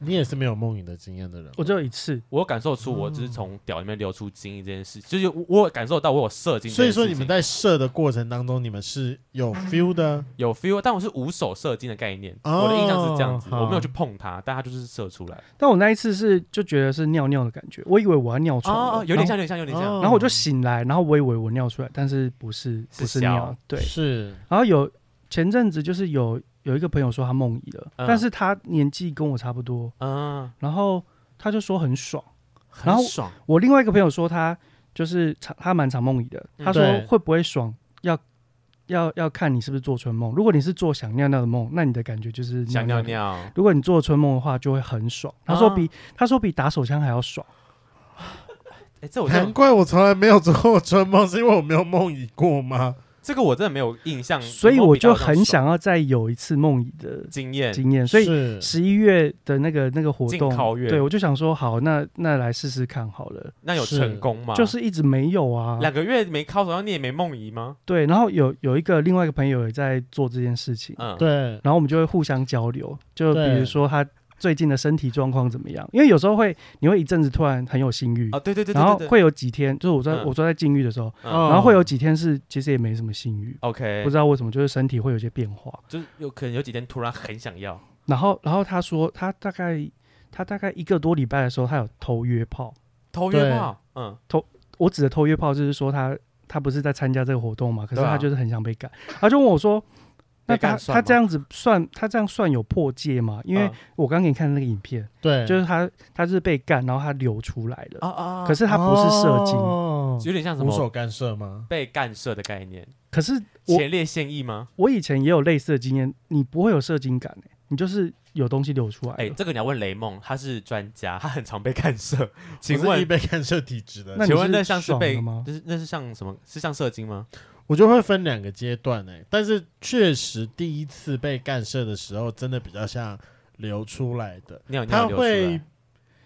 S1: 你也是没有梦影的经验的人，哦
S3: 我只有一次，
S2: 我有感受出我
S1: 嗯
S2: 就是从屌里面流出精液这件事，就是我我有感受到我有射精这
S1: 所
S2: 件
S1: 以
S2: 事情。
S1: 说你们在射的过程当中，你们是有 feel 的，
S2: 有 feel，但我是无手射精的概念，
S1: 哦
S2: 我的印象是这样子，
S1: 好
S2: 我没有去碰它，但它就是射出来。
S3: 但我那一次是就觉得是尿尿的感觉，我以为我要尿床了
S2: 哦，有点像，
S3: 然
S2: 有
S3: 后
S2: 点像，有点像。
S1: 哦
S3: 然后我就醒来，然后我以为我尿出来，但是不是
S2: 是
S3: 不是
S2: 小
S3: 尿，对。
S1: 是
S3: 然后有前阵子就是有有一个朋友说他梦遗了，
S2: 嗯
S3: 但是他年纪跟我差不多，
S2: 嗯，
S3: 然后他就说很爽。然后
S2: 很爽。
S3: 我另外一个朋友说他就是常他蛮常梦遗的，
S2: 嗯
S3: 他说
S1: 对
S3: 会不会爽要要要看你是不是做春梦，如果你是做想尿尿的梦，那你的感觉就是
S2: 想
S3: 尿
S2: 尿
S3: 的
S2: 尿，
S3: 如果你做春梦的话，就会很爽。
S2: 哦
S3: 他说比、他说比打手枪还要爽。
S2: 哎，这我真
S1: 难
S2: 的
S1: 怪我从来没有做过春梦，是因为我没有梦遗过吗？
S2: 这个我真的没有印象，
S3: 所以
S2: 有没有
S3: 我
S2: 嗯比较
S3: 就
S2: 这种
S3: 很
S2: 爽
S3: 想要再有一次梦遗的
S2: 经验。
S3: 经验，所以
S1: 是
S3: 十一月的那个那个活
S2: 进靠
S3: 动，
S2: 月
S3: 对我就想说，好，那那来试试看好了，
S2: 那有
S1: 是
S2: 成功吗？
S3: 就是一直没有啊，
S2: 两个月没靠手，然后你也没梦遗吗？
S3: 对，然后有有一个另外一个朋友也在做这件事情，
S2: 嗯，，
S1: 对，
S3: 然后我们就会互相交流，就比
S1: 对
S3: 如说他最近的身体状况怎么样，因为有时候会你会一阵子突然很有性欲，
S2: 哦，对对对
S3: 然
S2: 对
S3: 后
S2: 对对，
S3: 会有几天，就是我在、
S2: 嗯
S3: 我坐在禁欲的时候，
S2: 嗯
S3: 然后会有几天是其实也没什么性欲，
S2: OK，
S3: 不知道为什么，就是身体会有些变化。
S2: 就是有可能有几天突然很想要，
S3: 然后，然后他说他大概他大概一个多礼拜的时候，他有偷约炮。
S2: 偷约
S1: 对
S2: 炮，嗯，
S3: 我指的偷约炮就是说他他不是在参加这个活动嘛，可是
S2: 对啊
S3: 他就是很想被干。他就问我说：“那
S2: 被干
S3: 他
S2: 算
S3: 他
S2: 吗
S3: 这样子算他这样算有破戒吗？”因为
S2: 嗯
S3: 我刚给你看的那个影片，
S1: 对，
S3: 就是他他是被干，然后他流出来了，
S2: 啊啊，
S3: 可是他不是射精。
S1: 哦
S2: 有点像什
S1: 无
S2: 么
S1: 手干涉吗？
S2: 被干射的概念，
S3: 可是我
S2: 前列腺液吗？
S3: 我以前也有类似的经验，你不会有射精感、欸、你就是有东西流出来了。
S2: 哎、这个你要问雷梦，他是专家，他很常被干涉。请
S1: 我是易
S2: 问，
S1: 被干涉体质的人
S3: 那你
S2: 请问
S3: 是
S2: 那像是
S3: 爽
S2: 被
S3: 的吗，
S2: 就是那是像什么？是像射精吗？
S1: 我就会分两个阶段诶、但是确实第一次被干涉的时候，真的比较像流出来的，
S2: 尿尿
S1: 他
S2: 流出来
S1: 会，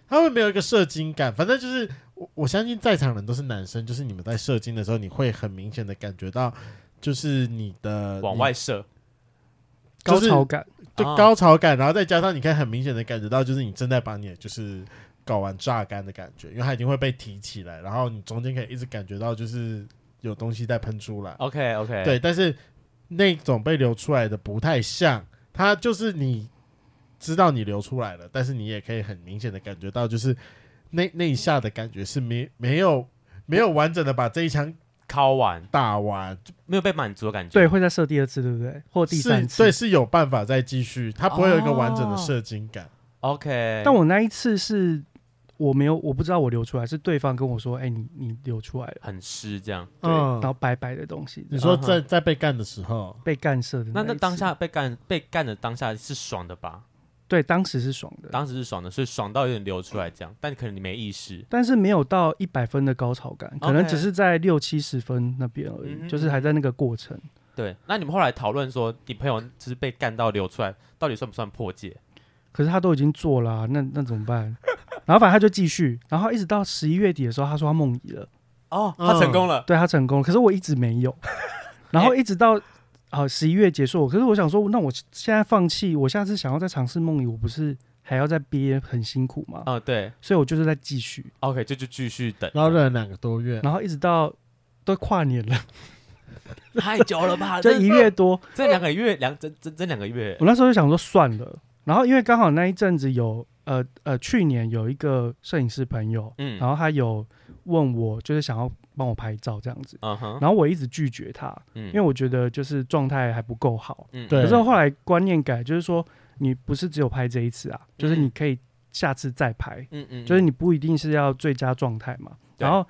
S1: 他会没有一个射精感，反正就是我我相信在场人都是男生，就是你们在射精的时候，你会很明显的感觉到，就是你的
S2: 往外射，
S3: 高
S1: 就是
S3: 潮感。
S1: 你对
S2: 啊
S1: 高潮感，然后再加上你可以很明显的感觉到，就是你正在把你的就是睾丸榨干的感觉，因为它已经会被提起来，然后你中间可以一直感觉到就是有东西在喷出
S3: 哦
S1: 来。
S2: OK OK，
S1: 对，但是那种被流出来的不太像，它就是你知道你流出来了，但是你也可以很明显的感觉到，就是那那一下的感觉是没没有没有完整的把这一枪
S2: 敲完，
S1: 打完
S2: 没有被满足的感觉。
S3: 对，，会再设第二次，对不对？或第
S1: 是
S3: 三次
S1: 对。是有办法再继续，它不会有一个完整的射精感。
S2: OK，
S3: 但我那一次是我没有，我不知道我流出来，是对方跟我说：“哎、你你流出来了。
S2: 很湿这样。”
S3: 对，然后
S1: 嗯，
S3: 白白的东西，
S1: 你说
S2: 嗯哼
S1: 在在被干的时候，
S3: 被干射的
S2: 那
S3: 一
S2: 那
S3: 次
S2: 当下被干被干的当下是爽的吧？
S3: 对，当时是爽的，
S2: 当时是爽的，所以爽到有点流出来这样，但可能你没意识。
S3: 但是没有到一百分的高潮感，可能
S2: OK
S3: 只是在六七十分那边而
S2: 嗯
S3: 已，
S2: 哼
S3: 就是还在那个过程。
S2: 对，那你们后来讨论说，你朋友就是被干到流出来，到底算不算破戒？
S3: 可是他都已经做了啊、那那怎么办？ [LAUGHS] 然后反正他就继续，然后一直到十一月底的时候，他说他梦遗了，
S2: 哦，
S1: 嗯
S2: 他成功了。
S3: 对他成功了，可是我一直没
S2: [LAUGHS]
S3: 有，然后一直到啊十一月结束，可是我想说，那我现在放弃，我下次想要再尝试梦遗，我不是还要再憋很辛苦吗？
S2: 嗯，对
S3: 所以我就是在继续，
S2: ，OK，就就继续等，
S1: 然后忍了两个多月，
S3: 然后一直到都跨年
S2: 啊
S3: 了，
S2: [LAUGHS] 太久了
S3: [LAUGHS]
S2: 吧
S3: 就
S2: 这
S3: 一月多，
S2: 这两个月，两这这这两个月，
S3: 我那时候就想说算了，然后因为刚好那一阵子有呃呃去年有一个摄影师朋友，
S2: 嗯
S3: 然后他有问我就是想要帮我拍照这样子，
S2: 嗯哼，
S3: 然后我一直拒绝他，
S2: 嗯
S3: 因为我觉得就是状态还不够好。
S2: 嗯
S1: 对
S3: 可是后来观念改，就是说你不是只有拍这一次啊，就是你可以下次再拍，
S2: 嗯嗯，
S3: 就是你不一定是要最佳状态嘛。
S2: 对
S3: 然后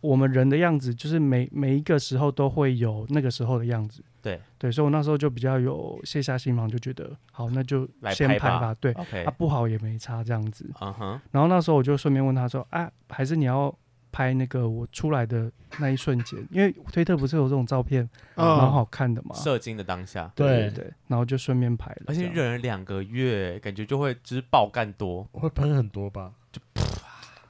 S3: 我们人的样子，就是每每一个时候都会有那个时候的样子。
S2: 对
S3: 对，所以我那时候就比较有卸下心防，就觉得好，那就
S2: 来
S3: 先
S2: 拍
S3: 吧。
S2: 吧
S3: 对，
S2: OK，
S3: 啊不好也没差这样子。
S2: 嗯哼，
S3: 然后那时候我就顺便问他说：“啊，还是你要拍那个我出来的那一瞬间？因为推特不是有这种照片蛮
S1: 嗯，
S3: 好看的嘛。
S2: 射精的当下，
S3: 对
S1: 对，
S3: 对，然后就顺便拍了，
S2: 而且
S3: 这样
S2: 忍了两个月，感觉就会就是爆干多。
S1: 会喷很多吧？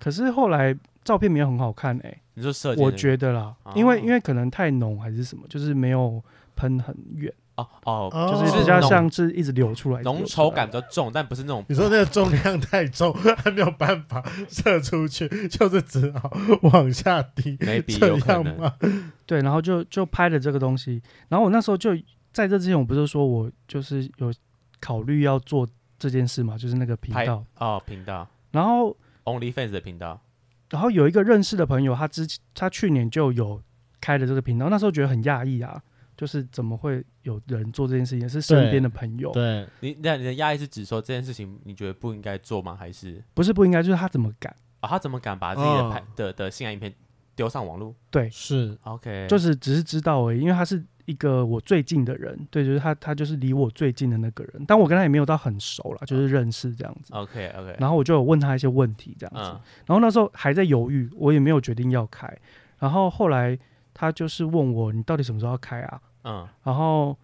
S3: 可是后来照片没有很好看哎、
S2: 你说射精
S3: 我
S2: 的，
S3: 觉得啦
S2: 哦，
S3: 因为因为可能太浓还是什么，就是没有喷很远，
S2: 哦哦，
S1: 哦
S3: 就是比较像是一直流出来，
S2: 浓
S3: 一直流出来
S2: 稠感比较重，但不是那
S3: [LAUGHS]
S2: 种
S1: 你说那个重量太重， [LAUGHS] 还没有办法射出去，就是只好往下滴，
S2: maybe
S1: 这
S2: 有可
S1: 样
S2: 能。
S1: 吗？
S3: 对，然后就就拍了这个东西，然后我那时候就在这之前，我不是说我就是有考虑要做这件事嘛，就是那个频
S2: 拍
S3: 道，
S2: 哦，频道
S3: 然后
S2: OnlyFans 的频道，
S3: 然后有一个认识的朋友，他之前他去年就有开了这个频道，那时候觉得很讶异啊，就是怎么会有人做这件事情？是身边的朋
S2: 哦
S3: 友，
S1: 对，
S2: 你那你的压力是指说这件事情你觉得不应该做吗？还是
S3: 不是不应该，就是他怎么敢？
S2: 啊、他怎么敢把自己的拍、
S1: 嗯
S2: 的的性爱影片丢上网络
S1: 是
S2: ？OK，
S3: 就是只是知道而已，因为他是一个我最近的人，对，就是他，他就是离我最近的那个人，但我跟他也没有到很熟啦，就是认识这样子。
S2: OK 嗯哦 OK，
S3: 然后我就有问他一些问题这样子，
S2: 嗯
S3: 然后那时候还在犹豫，我也没有决定要开，然后后来他就是问我你到底什么时候要开啊？
S2: 嗯
S3: 然后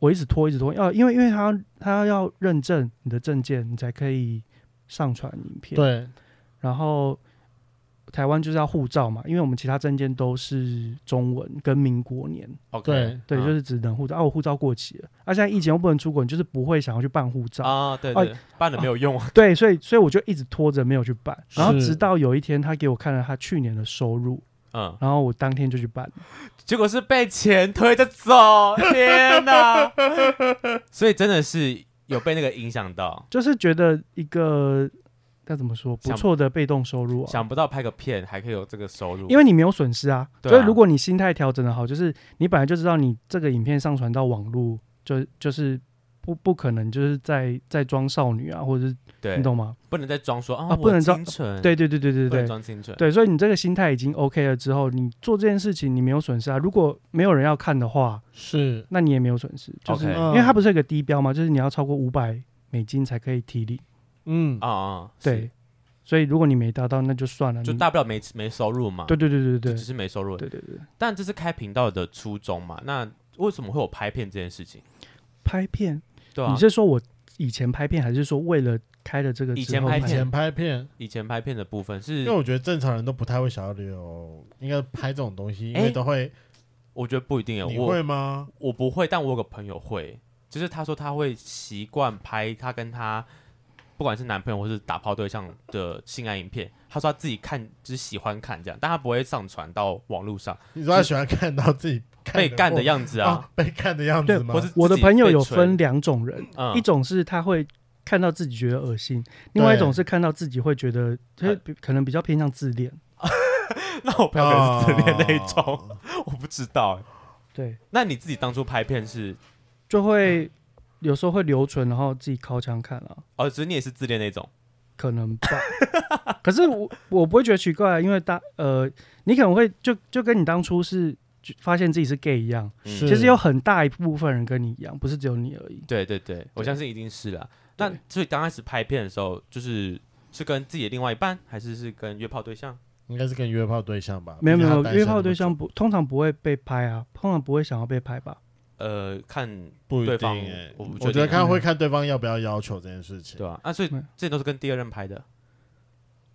S3: 我一直拖，一直拖，要因为因为他他要认证你的证件，你才可以上传影片。，
S1: 对，
S3: 然后台湾就是要护照嘛，因为我们其他证件都是中文跟民国年，
S2: OK，嗯
S1: 对
S3: 对，就是是只能护照。啊，我护照过期了，啊，现在疫情又不能出国，你就是不会想要去办护照。
S2: 啊，对
S3: 哎
S2: 对，办了没有用啊，
S3: 对，所以所以我就一直拖着没有去办，然后
S1: 是
S3: 直到有一天他给我看了他去年的收入，
S2: 嗯，
S3: 然后我当天就去办了。
S2: 结果是被钱推着
S3: [LAUGHS]
S2: 走，天哪！所以真的是有被那个影响到，
S3: 就是觉得一个该怎么说不
S2: 想
S3: 错的被动收入啊，
S2: 想不到拍个片还可以有这个收入，
S3: 因为你没有损失啊。
S2: 对啊
S3: 所以如果你心态调整的好，就是你本来就知道你这个影片上传到网络，就就是不不可能就是在在装少女啊，或者是
S2: 对
S3: 你懂吗？
S2: 不能再装说啊
S3: 啊不能装
S2: 清纯，
S3: 对对对对对
S2: 不能
S3: 对对。
S2: 装清纯，
S3: 对，所以你这个心态已经 OK 了之后，你做这件事情你没有损失啊。如果没有人要看的话，
S1: 是，
S3: 那你也没有损失，就是
S2: 对 OK
S1: 嗯
S3: 因为它不是有一个低标嘛，就是你要超过五百美金才可以提领。
S1: 嗯
S2: 啊啊，是
S3: 对，，所以如果你没达到，那就算了。
S2: 就
S3: 你
S2: 大不了没没收入嘛，
S3: 对对对对
S2: 就
S3: 对
S2: 只是没收入，
S3: 对对对，
S2: 但这是开频道的初衷嘛，那为什么会有拍片这件事情？
S3: 拍片，
S2: 对啊
S3: 你，是说我以前拍片，还是说为了开了这个之后
S2: 以前拍
S1: 以
S2: 片
S1: 前拍片，
S2: 以前拍片的部分是
S1: 因为我觉得正常人都不太会想要留，应该拍这种东西，因
S2: 哎
S1: 为都会，
S2: 我觉得不一定有，
S1: 你
S2: 我
S1: 会吗？
S2: 我不会，但我有个朋友会，就是他说他会习惯拍他跟他不管是男朋友或是打炮对象的性爱影片，他说他自己看就是喜欢看这样，但他不会上传到网络上
S1: 你说他喜欢看到自己
S2: 被干的样子
S1: 子
S2: 啊，，
S1: 哦被干的样
S3: 对
S1: 子吗
S2: 或？是
S3: 啊我的
S2: 自己
S3: 朋友
S2: 被
S3: 有
S2: 捶
S3: 分两种人，
S2: 嗯
S3: 一种是他会看到自己觉得恶心，另外一种是看到自己会觉得，就是比可能比较偏向自恋。
S2: [LAUGHS] 那我朋友可能是自恋那一种，
S3: 啊
S1: 哦
S2: 我不知道欸、
S3: 对，
S2: 那你自己当初拍片是
S3: 就会有时候会留存，然后自己靠墙看啊，
S2: 哦，只是你也是自恋那种
S3: 可能
S2: [LAUGHS]
S3: 吧。可是我我不会觉得奇怪，因为大呃，你可能会就就跟你当初是就发现自己是 gay 一样，
S2: 嗯
S1: 是
S3: 其实有很大一部分人跟你一样，不是只有你而已。
S2: 对对对，我相信一定是啦。但
S3: 对
S2: 所以刚开始拍片的时候，就是是跟自己的另外一半，还是是跟约炮对象？
S1: 应该是跟约炮对象吧？
S3: 没有没
S1: 毕竟他
S3: 有，
S1: 单身
S3: 约炮
S1: 那么
S3: 对象
S1: 久
S3: 不通常不会被拍啊，通常不会想要被拍吧？
S2: 呃，看
S1: 不一
S2: 对
S1: 定
S2: 方
S1: 欸，
S2: 我不
S1: 我
S2: 确
S1: 觉得
S2: 定
S1: 看
S3: 嗯
S1: 会看对方要不要要求这件事情。
S2: 对吧、啊？所以
S3: 没有
S2: 这都是跟第二任拍的，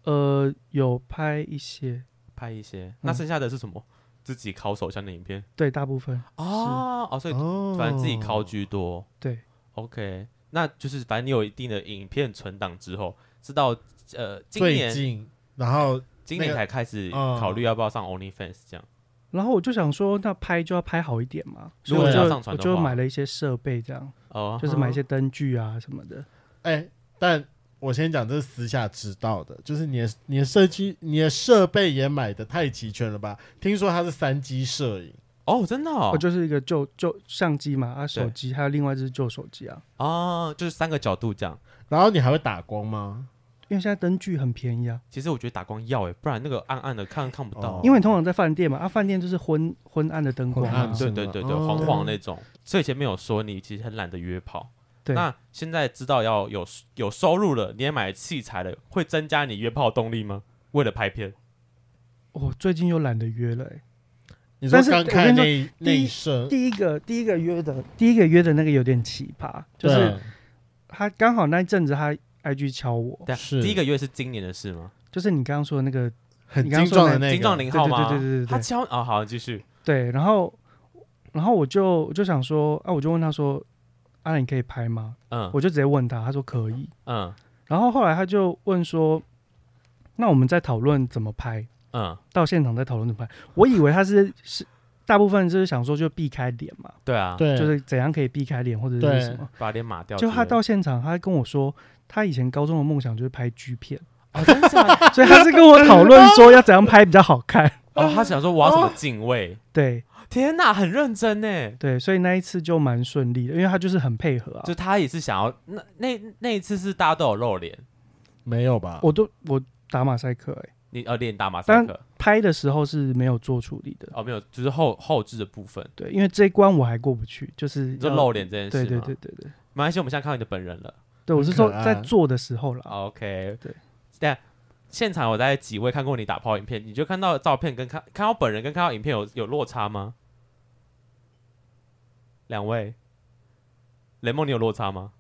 S3: 呃，有拍一些，
S2: 拍一
S3: 嗯
S2: 些。那剩下的是什么？自己拷手枪的影片
S3: 对，大部分
S2: 哦哦，所以
S1: 哦
S2: 反正自己拷居多。
S3: 对，
S2: OK，那就是反正你有一定的影片存档之后，知道呃今
S1: 最
S2: 年
S1: 近，然后
S2: 今
S1: 那
S2: 年
S1: 个
S2: 才开始
S1: 嗯
S2: 考虑要不要上 OnlyFans 这样。
S3: 然后我就想说，那拍就要拍好一点嘛，
S2: 如
S3: 所以
S2: 果
S3: 我
S2: 要
S3: 就
S2: 上传
S3: 我
S2: 的
S3: 就
S2: 话
S3: 买了一些设备，这样
S2: 哦，
S3: 就是买一些灯具啊什么的。
S1: 哎，但我先讲这是私下知道的，就是你的你的设计你的设备也买的太齐全了吧？听说它是三 G 摄影，
S2: 哦，真的哦
S3: 我，就是一个旧旧相机嘛，啊手机，还有另外一只旧手机啊。
S2: 哦，就是三个角度这样。
S1: 然后你还会打光吗？
S3: 因为现在灯具很便宜啊，
S2: 其实我觉得打光要诶，不然那个暗暗的看看不到
S1: 哦。
S3: 因为你通常在饭店嘛，啊饭店就是昏昏暗的灯光
S1: 昏暗
S3: 啊
S1: 的，
S2: 对对对对，
S1: 哦
S2: 黄黄那种。所以前面有说你其实很懒得约炮，
S3: 对
S2: 那现在知道要有有收入了，你也买器材了，会增加你约炮动力吗？为了拍片，
S3: 我哦最近又懒得约了、欸。
S1: 你说
S3: 但是
S1: 刚
S3: 我
S1: 开
S3: 跟你说
S1: 那一那一摄，
S3: 第一个第一个约的，第一个约的那个有点奇葩，就是
S1: 对啊
S3: 他刚好那一阵子他 IG 敲我，
S2: 对啊，
S1: 是
S2: 第一个月是今年的事吗？
S3: 就是你刚刚说的那个，
S1: 很
S3: 你刚
S1: 精
S3: 刚说
S1: 壮的那个
S2: 金壮零号吗？
S3: 对对对对对对
S2: 他敲哦，好，继续。
S3: 对，然后然后我就我就想说，啊我就问他说，啊你可以拍吗？
S2: 嗯
S3: 我就直接问他，他说可以，
S2: 嗯
S3: 然后后来他就问说，那我们在讨论怎么拍。
S2: 嗯，
S3: 到现场再讨论怎么办。我以为他是是大部分就是想说就避开脸嘛，
S2: 对啊，
S1: 对，
S3: 就是怎样可以避开脸或者
S1: 对
S3: 是什么。
S2: 把脸码掉之
S3: 就
S2: 类的。
S3: 他到现场，他跟我说，他以前高中的梦想就是拍 G 片，
S2: 哦，真的假的
S3: [LAUGHS] 所以他是跟我讨论说要怎样拍比较好看。
S2: 哦，他想说我要什么敬畏？
S3: 对
S2: 天哪，很认真呢。
S3: 对，所以那一次就蛮顺利的，因为他就是很配合啊
S2: 就。他也是想要那那那一次是大家都有露脸，
S1: 没有吧？
S3: 我都我打马赛克、欸，
S2: 你呃脸打马赛克
S3: 拍的时候是没有做处理的。
S2: 哦，没有，就是后后置的部分，
S3: 对，因为这一关我还过不去，就是
S2: 就
S3: 要
S2: 露。脸这件事
S3: 哦对
S2: 吗？
S3: 对对对对，
S2: 没关系，我们现在看到你的本人了。
S3: 对我是
S1: 很
S3: 说
S1: 可爱
S3: 在做的时候
S2: 哦
S3: 啦。
S2: OK，
S3: 对。
S2: 但现场有在几位看过你打炮影片，你就看到照片跟看看到本人跟看到影片有有落差吗？两位，雷梦，你有落差吗？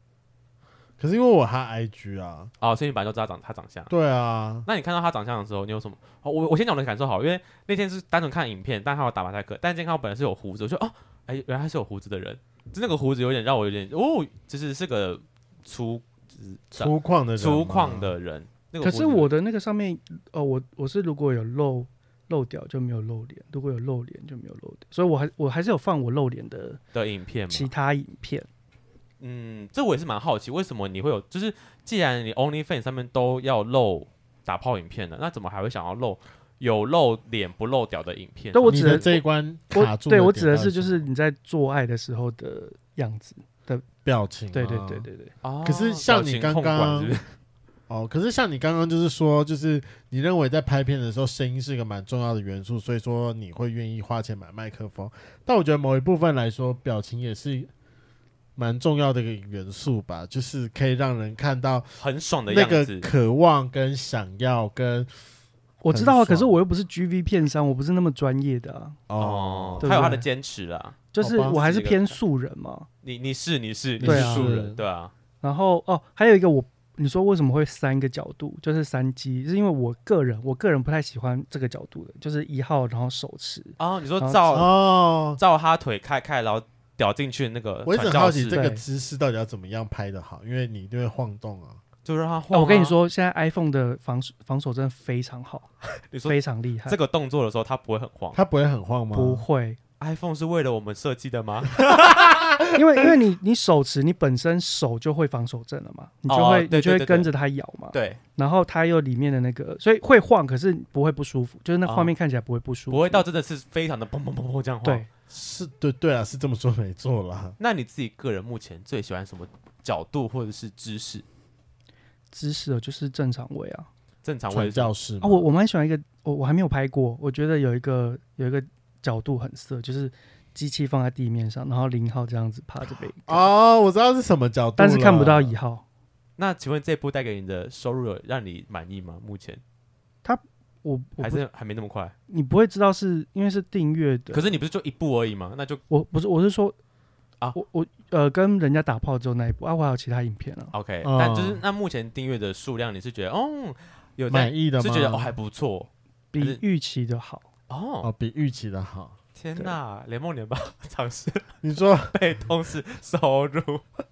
S1: 可是因为我还 IG 啊，
S2: 哦，所以你本来就知道长他长相。
S1: 对啊，
S2: 那你看到他长相的时候，你有什么？哦，我我先讲我的感受好了，因为那天是单纯看影片，但还有打马赛克，但健康本来是有胡子，我说哦，哎，原来他是有胡子的人，就那个胡子有点让我有点哦，就是是个粗
S1: 粗犷的人
S2: 粗
S1: 嘛
S2: 犷，的人。那个
S3: 可
S2: 胡
S3: 是
S2: 子
S3: 我的那个上面，哦，我我是如果有露露掉就没有露脸，如果有露脸就没有露脸，所以我还我还是有放我露脸的
S2: 的影片
S3: 其
S2: 嘛，
S3: 他影片。
S2: 嗯，这我也是蛮好奇，为什么你会有？就是既然你 OnlyFans 上面都要露打炮影片的，那怎么还会想要露有露脸不露屌的影片？
S3: 但我
S1: 你
S3: 指
S1: 的
S3: 的
S1: 这一关卡
S3: 我
S1: 住
S3: 对
S1: 的
S3: 我
S1: 点
S3: 指的
S1: 到
S3: 是
S1: 底
S3: 就是
S1: 什么
S3: 你在做爱的时候的样子。
S1: 表情啊，
S3: 对对对对对，
S2: 哦
S1: 可是像
S2: 表
S1: 你
S2: 情
S1: 刚
S2: 控管
S1: 刚
S2: 是不是
S1: 哦，可是像你刚刚就是说，就是你认为在拍片的时候，声音是一个蛮重要的元素，所以说你会愿意花钱买麦克风。但我觉得某一部分来说，表情也是蛮重要的一个元素吧，就是可以让人看到
S2: 很爽的
S1: 那
S2: 样
S1: 个
S2: 子，
S1: 渴望跟想要跟
S3: 我知道啊，
S1: 很爽
S3: 可是我又不是 GV 片商，我不是那么专业的、啊，
S2: 哦，
S1: 哦，
S3: 对
S2: 他有
S3: 不
S2: 他的
S3: 对
S2: 坚持啦。
S3: 就是
S1: 好吧
S3: 我还是
S2: 是一个
S3: 偏素人嘛。
S2: 你你是你是你
S1: 你
S2: 是
S3: 是
S2: 素人，
S1: 是
S2: 对啊，
S3: 然后哦，还有一个我，你说为什么会三个角度，就是三机，是因为我个人我个人不太喜欢这个角度的，就是一号然后手持，
S2: 哦，你说
S3: 然后
S2: 照
S1: 哦，
S2: 照他腿开开，然后屌进去那个
S1: 我一直
S2: 传
S1: 很
S2: 教
S1: 好奇
S2: 士，
S1: 这个
S3: 对
S1: 姿势到底要怎么样拍的好，因为你一定会晃动啊。
S2: 就让他
S3: 那
S2: 晃、
S3: 哦我跟你，说，现在 iPhone 的防守防守真的非常好，
S2: 你说
S3: 非常厉害。
S2: 这个动作的时候他不会很晃
S1: 它不会很晃吗？
S3: 不会，
S2: ，iPhone 是为了我们设计的吗？
S3: 因为因为你你手持，你本身手就会防手震了嘛，你就
S2: 哦
S3: 会、
S2: 对
S3: 你就会
S2: 对对
S3: 跟着它摇嘛，
S2: 对，
S3: 然后它又里面的那个，所以会晃，可是不会不舒服，就是那
S2: 哦
S3: 画面看起来不会不舒服，
S2: 不会到真的是非常的砰砰砰砰这样晃。
S3: 对，
S1: 是对对啊，是这么说没错啦。
S2: 那你自己个人目前最喜欢什么角度或者是姿势？
S3: 姿势哦就是正常位啊。
S2: 正常
S1: 传
S2: 位
S1: 教士嘛
S3: 啊，我我蛮喜欢一个，我我还没有拍过，我觉得有一个有一个角度很色，就是机器放在地面上，然后零号这样子趴着背，
S1: 哦，我知道是什么角度，
S3: 但是看不到一。号。
S2: 那请问这部带给你的收入有让你满意吗？目前
S3: 我我
S2: 还
S3: 不，
S2: 是还没那么快。
S3: 你不会知道是因为是订阅的，
S2: 可是你不是就一部而已吗？那就
S3: 我不是我是说
S2: 啊
S3: 我我呃跟人家打炮之后那一部啊，我还有其他影片啊，
S2: OK、
S1: 哦
S2: 但就是那目前订阅的数量，你是觉得哦有在
S1: 满意的
S2: 是
S1: 吗？
S2: 觉得哦还不错还
S3: 比
S2: 是
S3: 预期的好。
S2: 哦。
S1: 哦，比预期的好。
S2: 天哪，联盟联邦 [LAUGHS] 尝试
S1: 你
S3: [LAUGHS]
S1: 说
S2: 被动式收入，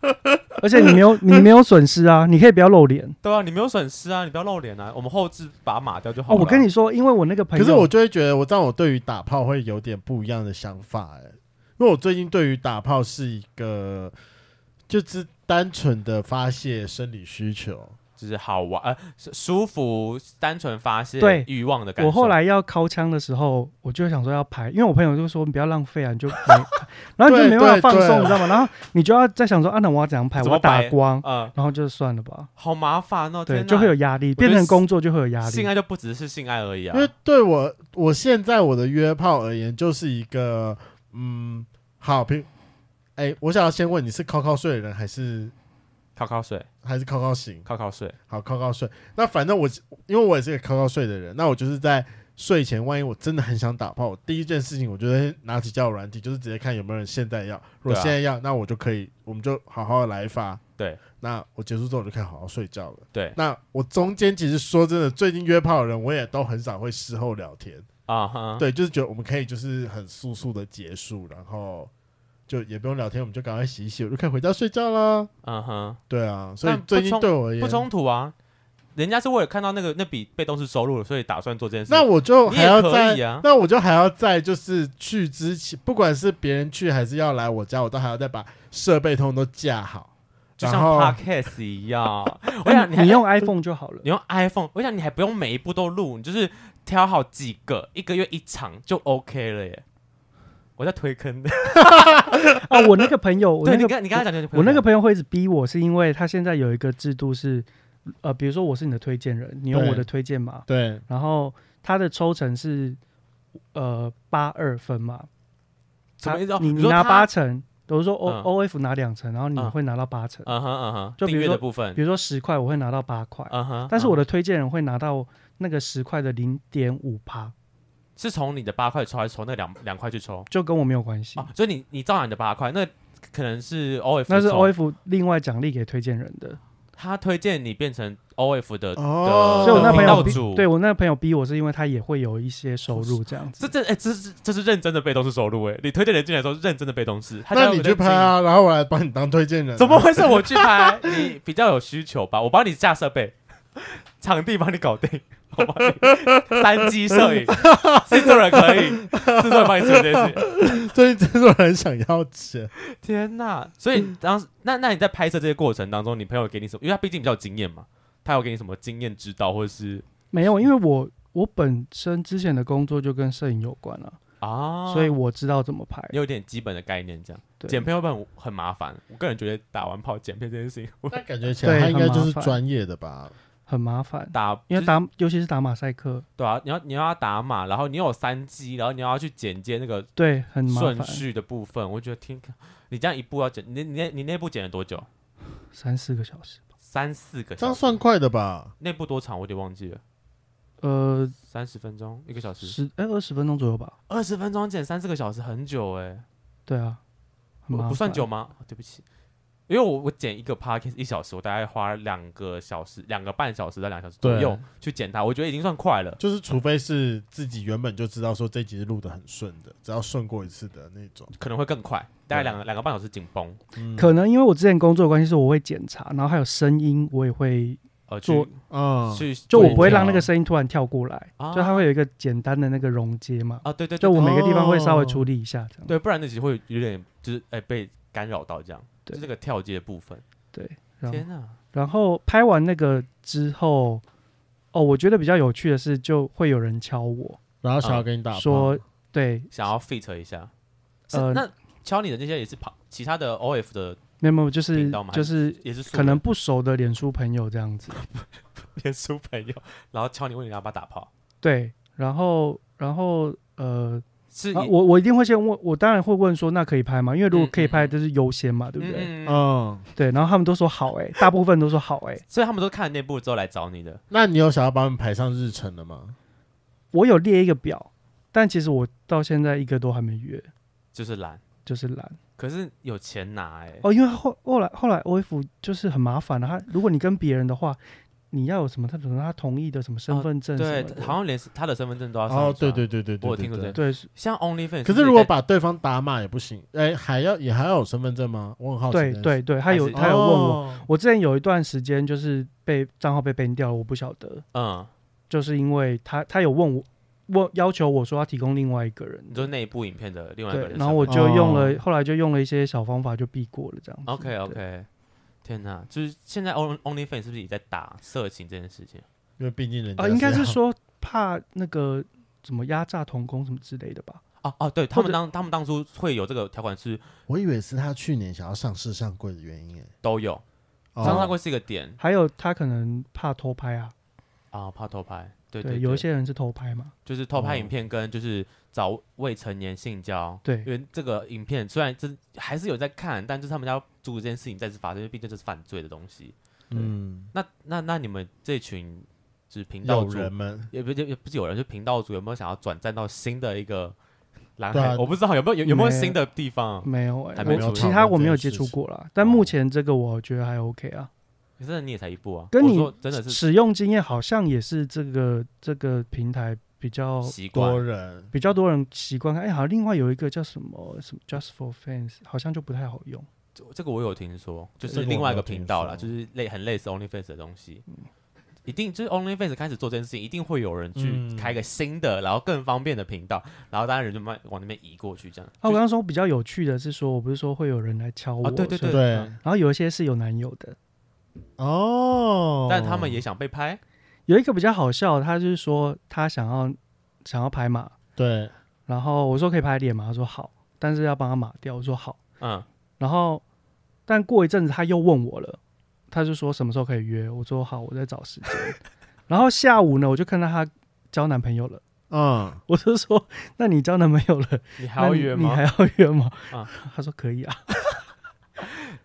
S2: [LAUGHS]
S3: 而且你没有你没有损失啊，你可以不要露脸
S2: 对啊，你没有损失啊，你不要露脸啊，我们后置把它码掉 [LAUGHS] 就好
S3: 哦。
S2: 了。
S3: 我跟你说，因为我那个朋
S1: 可
S3: 友，
S1: 是我就会觉得，我但我对于打炮会有点不一样的想法哎、因为我最近对于打炮是一个就是单纯的发泄生理需求，
S2: 就是好玩，呃，是舒服，单纯发泄
S3: 对
S2: 欲望的感受。
S3: 我后来要掏枪的时候，我就想说要排，因为我朋友就说你不要浪费啊，
S2: [LAUGHS]
S3: 你就没，然后你就没办法放
S1: 对对
S3: 松，你知道吗？然后你就要再想说啊，那我要怎样排？
S2: 怎
S3: 我
S2: 么
S3: 要打
S2: 排
S3: 光，
S2: 呃，
S3: 然后就算了吧。
S2: 好麻烦哦，
S3: 对，
S2: 天哪
S3: 就会有压力，
S2: 觉得
S3: 变成工作就会有压力
S2: 性。爱就不只是性爱而已啊
S1: 因。为对我我现在我的约炮而言，就是一个嗯，好评。哎、我想要先问你是靠靠睡的人还是
S2: 靠靠睡，
S1: 还是靠靠醒？
S2: 靠靠睡，
S1: 好，靠靠睡。那反正我因为我也是个靠靠睡的人，那我就是在睡前，万一我真的很想打炮，我第一件事情我就会拿起交友软体，就是直接看有没有人现在要。如果
S2: 对啊
S1: 现在要，那我就可以，我们就好好的来发。
S2: 对，
S1: 那我结束之后我就可以好好睡觉了。
S2: 对
S1: 那我中间其实说真的，最近约炮的人，我也都很少会事后聊天。
S2: 啊哈，
S1: 对，就是觉得我们可以就是很速速的结束，然后就也不用聊天，我们就赶快洗一洗，我就可以回家睡觉啦。
S2: 嗯哼，
S1: 对啊，所以
S2: 但不
S1: 最近
S2: 冲
S1: 对我而言
S2: 不，冲突啊。人家是为了看到那个那笔被动式收入，所以打算做这件事。
S1: 那我就
S2: 你
S1: 还
S2: 也
S1: 要
S2: 可
S1: 在
S2: 以，啊
S1: 那我就还要在就是去之前，不管是别人去还是要来我家，我都还要再把设备通通都架好，
S2: 就
S1: 然
S2: 像
S1: 后
S2: podcast 一样，我
S3: 哎
S2: 想
S3: 你
S2: 啊 [LAUGHS] 你
S3: [LAUGHS]
S2: 还
S3: 你用 iPhone 就好了。
S2: 你用 iPhone，我想你还不用每一步都录，你就是挑好几个，一个月一场就 OK 了耶。我在推坑的，
S3: 啊，我那个朋友，
S2: [LAUGHS]
S3: 我
S2: 对
S3: 那
S2: 你
S3: 个
S2: 刚你刚才讲的，
S3: 我那个朋友会一直逼我，是因为他现在有一个制度是，呃，比如说我是你的推荐人，你用
S1: 对
S3: 我的推荐码，
S1: 对，
S3: 然后他的抽成是呃八二分嘛，
S2: 什么意思
S3: 他
S2: 哦
S3: 你
S2: 你
S3: 你
S2: 说
S3: 拿
S2: 他
S3: 八成，比如说 O、
S2: 嗯
S3: O F 拿两成，然后你
S2: 嗯
S3: 会拿到八成。
S2: 嗯哼嗯哼，
S3: 就比
S2: 订
S3: 如
S2: 阅
S3: 说
S2: 的部分
S3: 比，如说十块，我会拿到八块，
S2: 嗯哼。
S3: 但是我
S2: 的
S3: 的推荐人会拿到那个十块的零点五趴，
S2: 是从你的八块抽，还是从那两两块去抽？
S3: 就跟我没有关系。
S2: 哦，所以你你照拿你的八块，那可能是 OF，
S3: 那是
S2: 抽
S3: OF 另外奖励给推荐人的，
S2: 他推荐你变成 OF 的，
S1: 哦，
S3: 所以我那
S2: 频
S3: 朋
S2: 道
S3: 友
S2: 嗯主
S3: 逼，对我那朋友逼我是因为他也会有一些收入这样子。
S2: 这这哎、这是这是认真的被动式收入哎、你推荐人进来说认真的被动式，他
S1: 那
S2: 叫
S1: 你
S2: 我
S1: 去
S2: 认
S1: 拍
S2: 真
S1: 啊，然后我来帮你当推荐人啊、
S2: 怎么会是我去拍？你比较有需求吧？我帮你架设备，场地帮你搞定，我帮你 [LAUGHS] 三 G 摄影，制作人可以，制作人帮你处理这件事。
S1: 最近真的很想要钱，
S2: 天哪！所以
S3: 嗯
S2: 当时那那你在拍摄这些过程当中，你朋友给你什么？因为他毕竟比较有经验嘛，他有给你什么经验指导，或者是
S3: 没有，因为我我本身之前的工作就跟摄影有关了、
S2: 啊，
S3: 所以我知道怎么拍。
S2: 你有点基本的概念这样。
S3: 对
S2: 剪片会不会很很麻烦？我个人觉得打完炮剪片这件事情， [LAUGHS] 我
S1: 但感觉起来
S3: 对
S1: 他应该
S3: 很麻
S1: 就是
S3: 烦
S1: 专业的吧？
S3: 很麻烦，
S2: 打就
S3: 因为
S2: 是
S3: 打尤其是打马赛克，
S2: 对啊，你要你要打码，然后你有三 G，然后你要去剪接那个
S3: 对，很麻
S2: 顺
S3: 烦。
S2: 序的部分，我觉得听你这样一步要剪，你你那你那部剪了多久？
S3: 三四个小时，
S2: 三四个
S1: 这样
S2: 小时，
S1: 算快的吧？
S2: 那部多长？我有点忘记了，
S3: 呃，
S2: 三十分钟，一个小时，
S3: 十哎二十分钟左右吧。
S2: 二十分钟剪三四个小时，很久哎、
S3: 对啊，很
S2: 不
S3: 麻
S2: 不算
S3: 烦
S2: 久吗？啊对不起，因为我我剪一个 podcast 一小时，我大概花两个小时、两个半小时到两个小时左
S1: 对
S2: 右去剪它，我觉得已经算快了。
S1: 就是除非是自己原本就知道说这集是录的很顺的，只要顺过一次的那种。
S2: 可能会更快，大概两个两个半小时紧绷，
S1: 嗯
S3: 可能因为我之前工作的关系，是我会检查，然后还有声音，我也会，
S2: 呃，
S3: 做
S2: 去
S1: 嗯，
S2: 去
S3: 就
S2: 做
S3: 我不会
S2: 调
S3: 让那个声音突然跳过来，
S2: 啊
S3: 就它会有一个简单的那个容接嘛，
S2: 啊，对对对
S3: 就我每个地方会稍微
S1: 哦
S3: 处理一下这样。
S2: 对，不然那集会有点就是哎、被干扰到这样，
S3: 对
S2: 就这个跳接的部分。
S3: 对，然后
S2: 天哪，
S3: 然后拍完那个之后，哦，我觉得比较有趣的是，就会有人敲我
S1: 然后想要跟你打炮
S3: 说，对，
S2: 想要 fit 一下。是
S3: 呃
S2: 那敲你的那些也是旁其他的 OF 的，
S3: 没有没有，就
S2: 频
S3: 是
S2: 道吗
S3: 就是
S2: 也是素
S3: 可能
S2: 人
S3: 不熟的脸书朋友这样子，
S2: [LAUGHS] 脸书朋友，然后敲你问你要不要打炮，
S3: 对，然后然后呃，
S2: 是嗯
S3: 啊
S2: 你
S3: 我我一定会先问，我当然会问说那可以拍吗？因为如果
S2: 嗯
S3: 可以拍，
S2: 嗯嗯
S3: 就是优先嘛，对不啊对？
S2: 嗯嗯嗯
S1: 嗯，
S3: 对，然后他们都说好哎、大部分都说好哎、
S2: 所以他们都看了那部之后来找你的。
S1: 那你有想要把我们排上日程的吗？
S3: 我有列一个表，但其实我到现在一个都还没约，
S2: 就是懒，
S3: 就是懒
S2: 可是有钱拿哎、
S3: 哦，因为后后来后来 O F 就是很麻烦的、啊他如果你跟别人的话，你要有什么他什么他同意的什么身份证什么
S2: 哦对
S3: 的，，
S2: 好像连他的身份证都要上
S1: 哦，对
S2: 传，
S1: 对对对对，
S2: 我有听过
S1: 对
S2: 这个
S3: 对是
S2: 像 OnlyFans，
S1: 可是如果把对方打码也不行，哎，还要也还要有身份证吗？我很好奇这件
S3: 对
S1: 事。
S3: 对对，他
S2: 还
S3: 有
S2: 是
S3: 他有问我，
S1: 哦，
S3: 我之前有一段时间就是被账号被 ban 掉了，我不晓得，
S2: 嗯，
S3: 就是因为他他有问我问要求我说要提供另外一个人
S2: 你
S3: 的，
S2: 说那一部影片的另外一个
S3: 对，
S2: 人，
S3: 然后我就
S1: 哦
S3: 用了、后来就用了一些小方法就避过了这样子。
S2: OK
S3: 对
S2: OK，天哪，就是现在 On OnlyFans 是不是也在打色情这件事情？
S1: 因为毕竟人家
S3: 啊，应该
S1: 要
S3: 是说怕那个什么压榨童工什么之类的吧？
S2: 哦哦，对他
S3: 或
S2: 们
S3: 者
S2: 当他们当初会有这个条款是
S1: 我以为是他去年想要上市上柜的原因，哎，
S2: 都有，
S1: 哦
S2: 张大贵是一个点
S3: 还有他可能怕偷拍啊，
S2: 啊，怕偷拍，对
S3: 对，
S2: 对，
S3: 有一些人是偷拍嘛，
S2: 就是偷拍
S1: 哦
S2: 影片跟就是找未成年性交，
S3: 对
S2: 因为这个影片虽然这还是有在看，但就是他们要阻止这件事情再次发生，因为毕竟这是犯罪的东西。
S1: 嗯，
S2: 那那那你们这群就是频道
S1: 有
S2: 主
S1: 人们
S2: 也不也也不是有人，就频道主有没有想要转战到新的一个蓝
S1: 对
S2: 海？
S1: 啊
S2: 我不知道有没有有有没有
S3: 没有
S2: 新的地方啊？
S3: 没有哎、
S2: 还没
S3: 我
S2: 有
S3: 其
S1: 讨
S3: 他
S1: 论
S3: 我
S1: 这
S3: 没有
S1: 件
S3: 接
S1: 事
S3: 触
S1: 情
S3: 过啦，但
S2: 哦
S3: 目前这个我觉得还 OK 啊，
S2: 可是你也才一步啊，
S3: 跟
S2: 我
S3: 你
S2: 说真的是
S3: 使用经验好像也是这个这个平台比较
S2: 习
S1: 多
S2: 惯
S1: 人
S3: 比较多人习惯看，哎、好，另外有一个叫什么什么 Just for Fans，好像就不太好用。
S2: 这个我有听说，就
S1: 这
S2: 是
S1: 个
S2: 另
S1: 我
S2: 外一
S1: 没有
S2: 个频
S1: 听
S2: 道啦，就
S1: 说嗯
S2: 是类很类似 OnlyFans 的东西。一定就是 OnlyFans 开始做这件事情，一定会有人去
S1: 嗯
S2: 开个新的，然后更方便的频道，然后当然人就慢往那边移过去，这样。
S3: 啊，我
S2: 就是
S3: 刚刚说比较有趣的是说，我不是说会有人来敲我，
S2: 哦，对对
S3: 所以
S2: 对
S1: 对
S2: 嗯
S3: 然后有一些是有男友的，
S1: 哦，
S2: 但他们也想被拍，
S3: 有一个比较好笑的，他就是说他想要想要拍马，
S1: 对，
S3: 然后我说可以拍脸吗？他说好，但是要帮他码掉，我说好。
S2: 嗯，
S3: 然后但过一阵子他又问我了，他就说什么时候可以约？我说好，我在找时间。 [LAUGHS] 然后下午呢，我就看到他交男朋友了，
S1: 嗯，
S3: 我就说那你交男朋友了，
S2: 你 [LAUGHS] 还要
S3: 那你
S2: 约
S3: 你
S2: 吗
S3: 还？要约吗？
S2: 啊
S3: 他说可以
S1: [LAUGHS]
S3: 啊，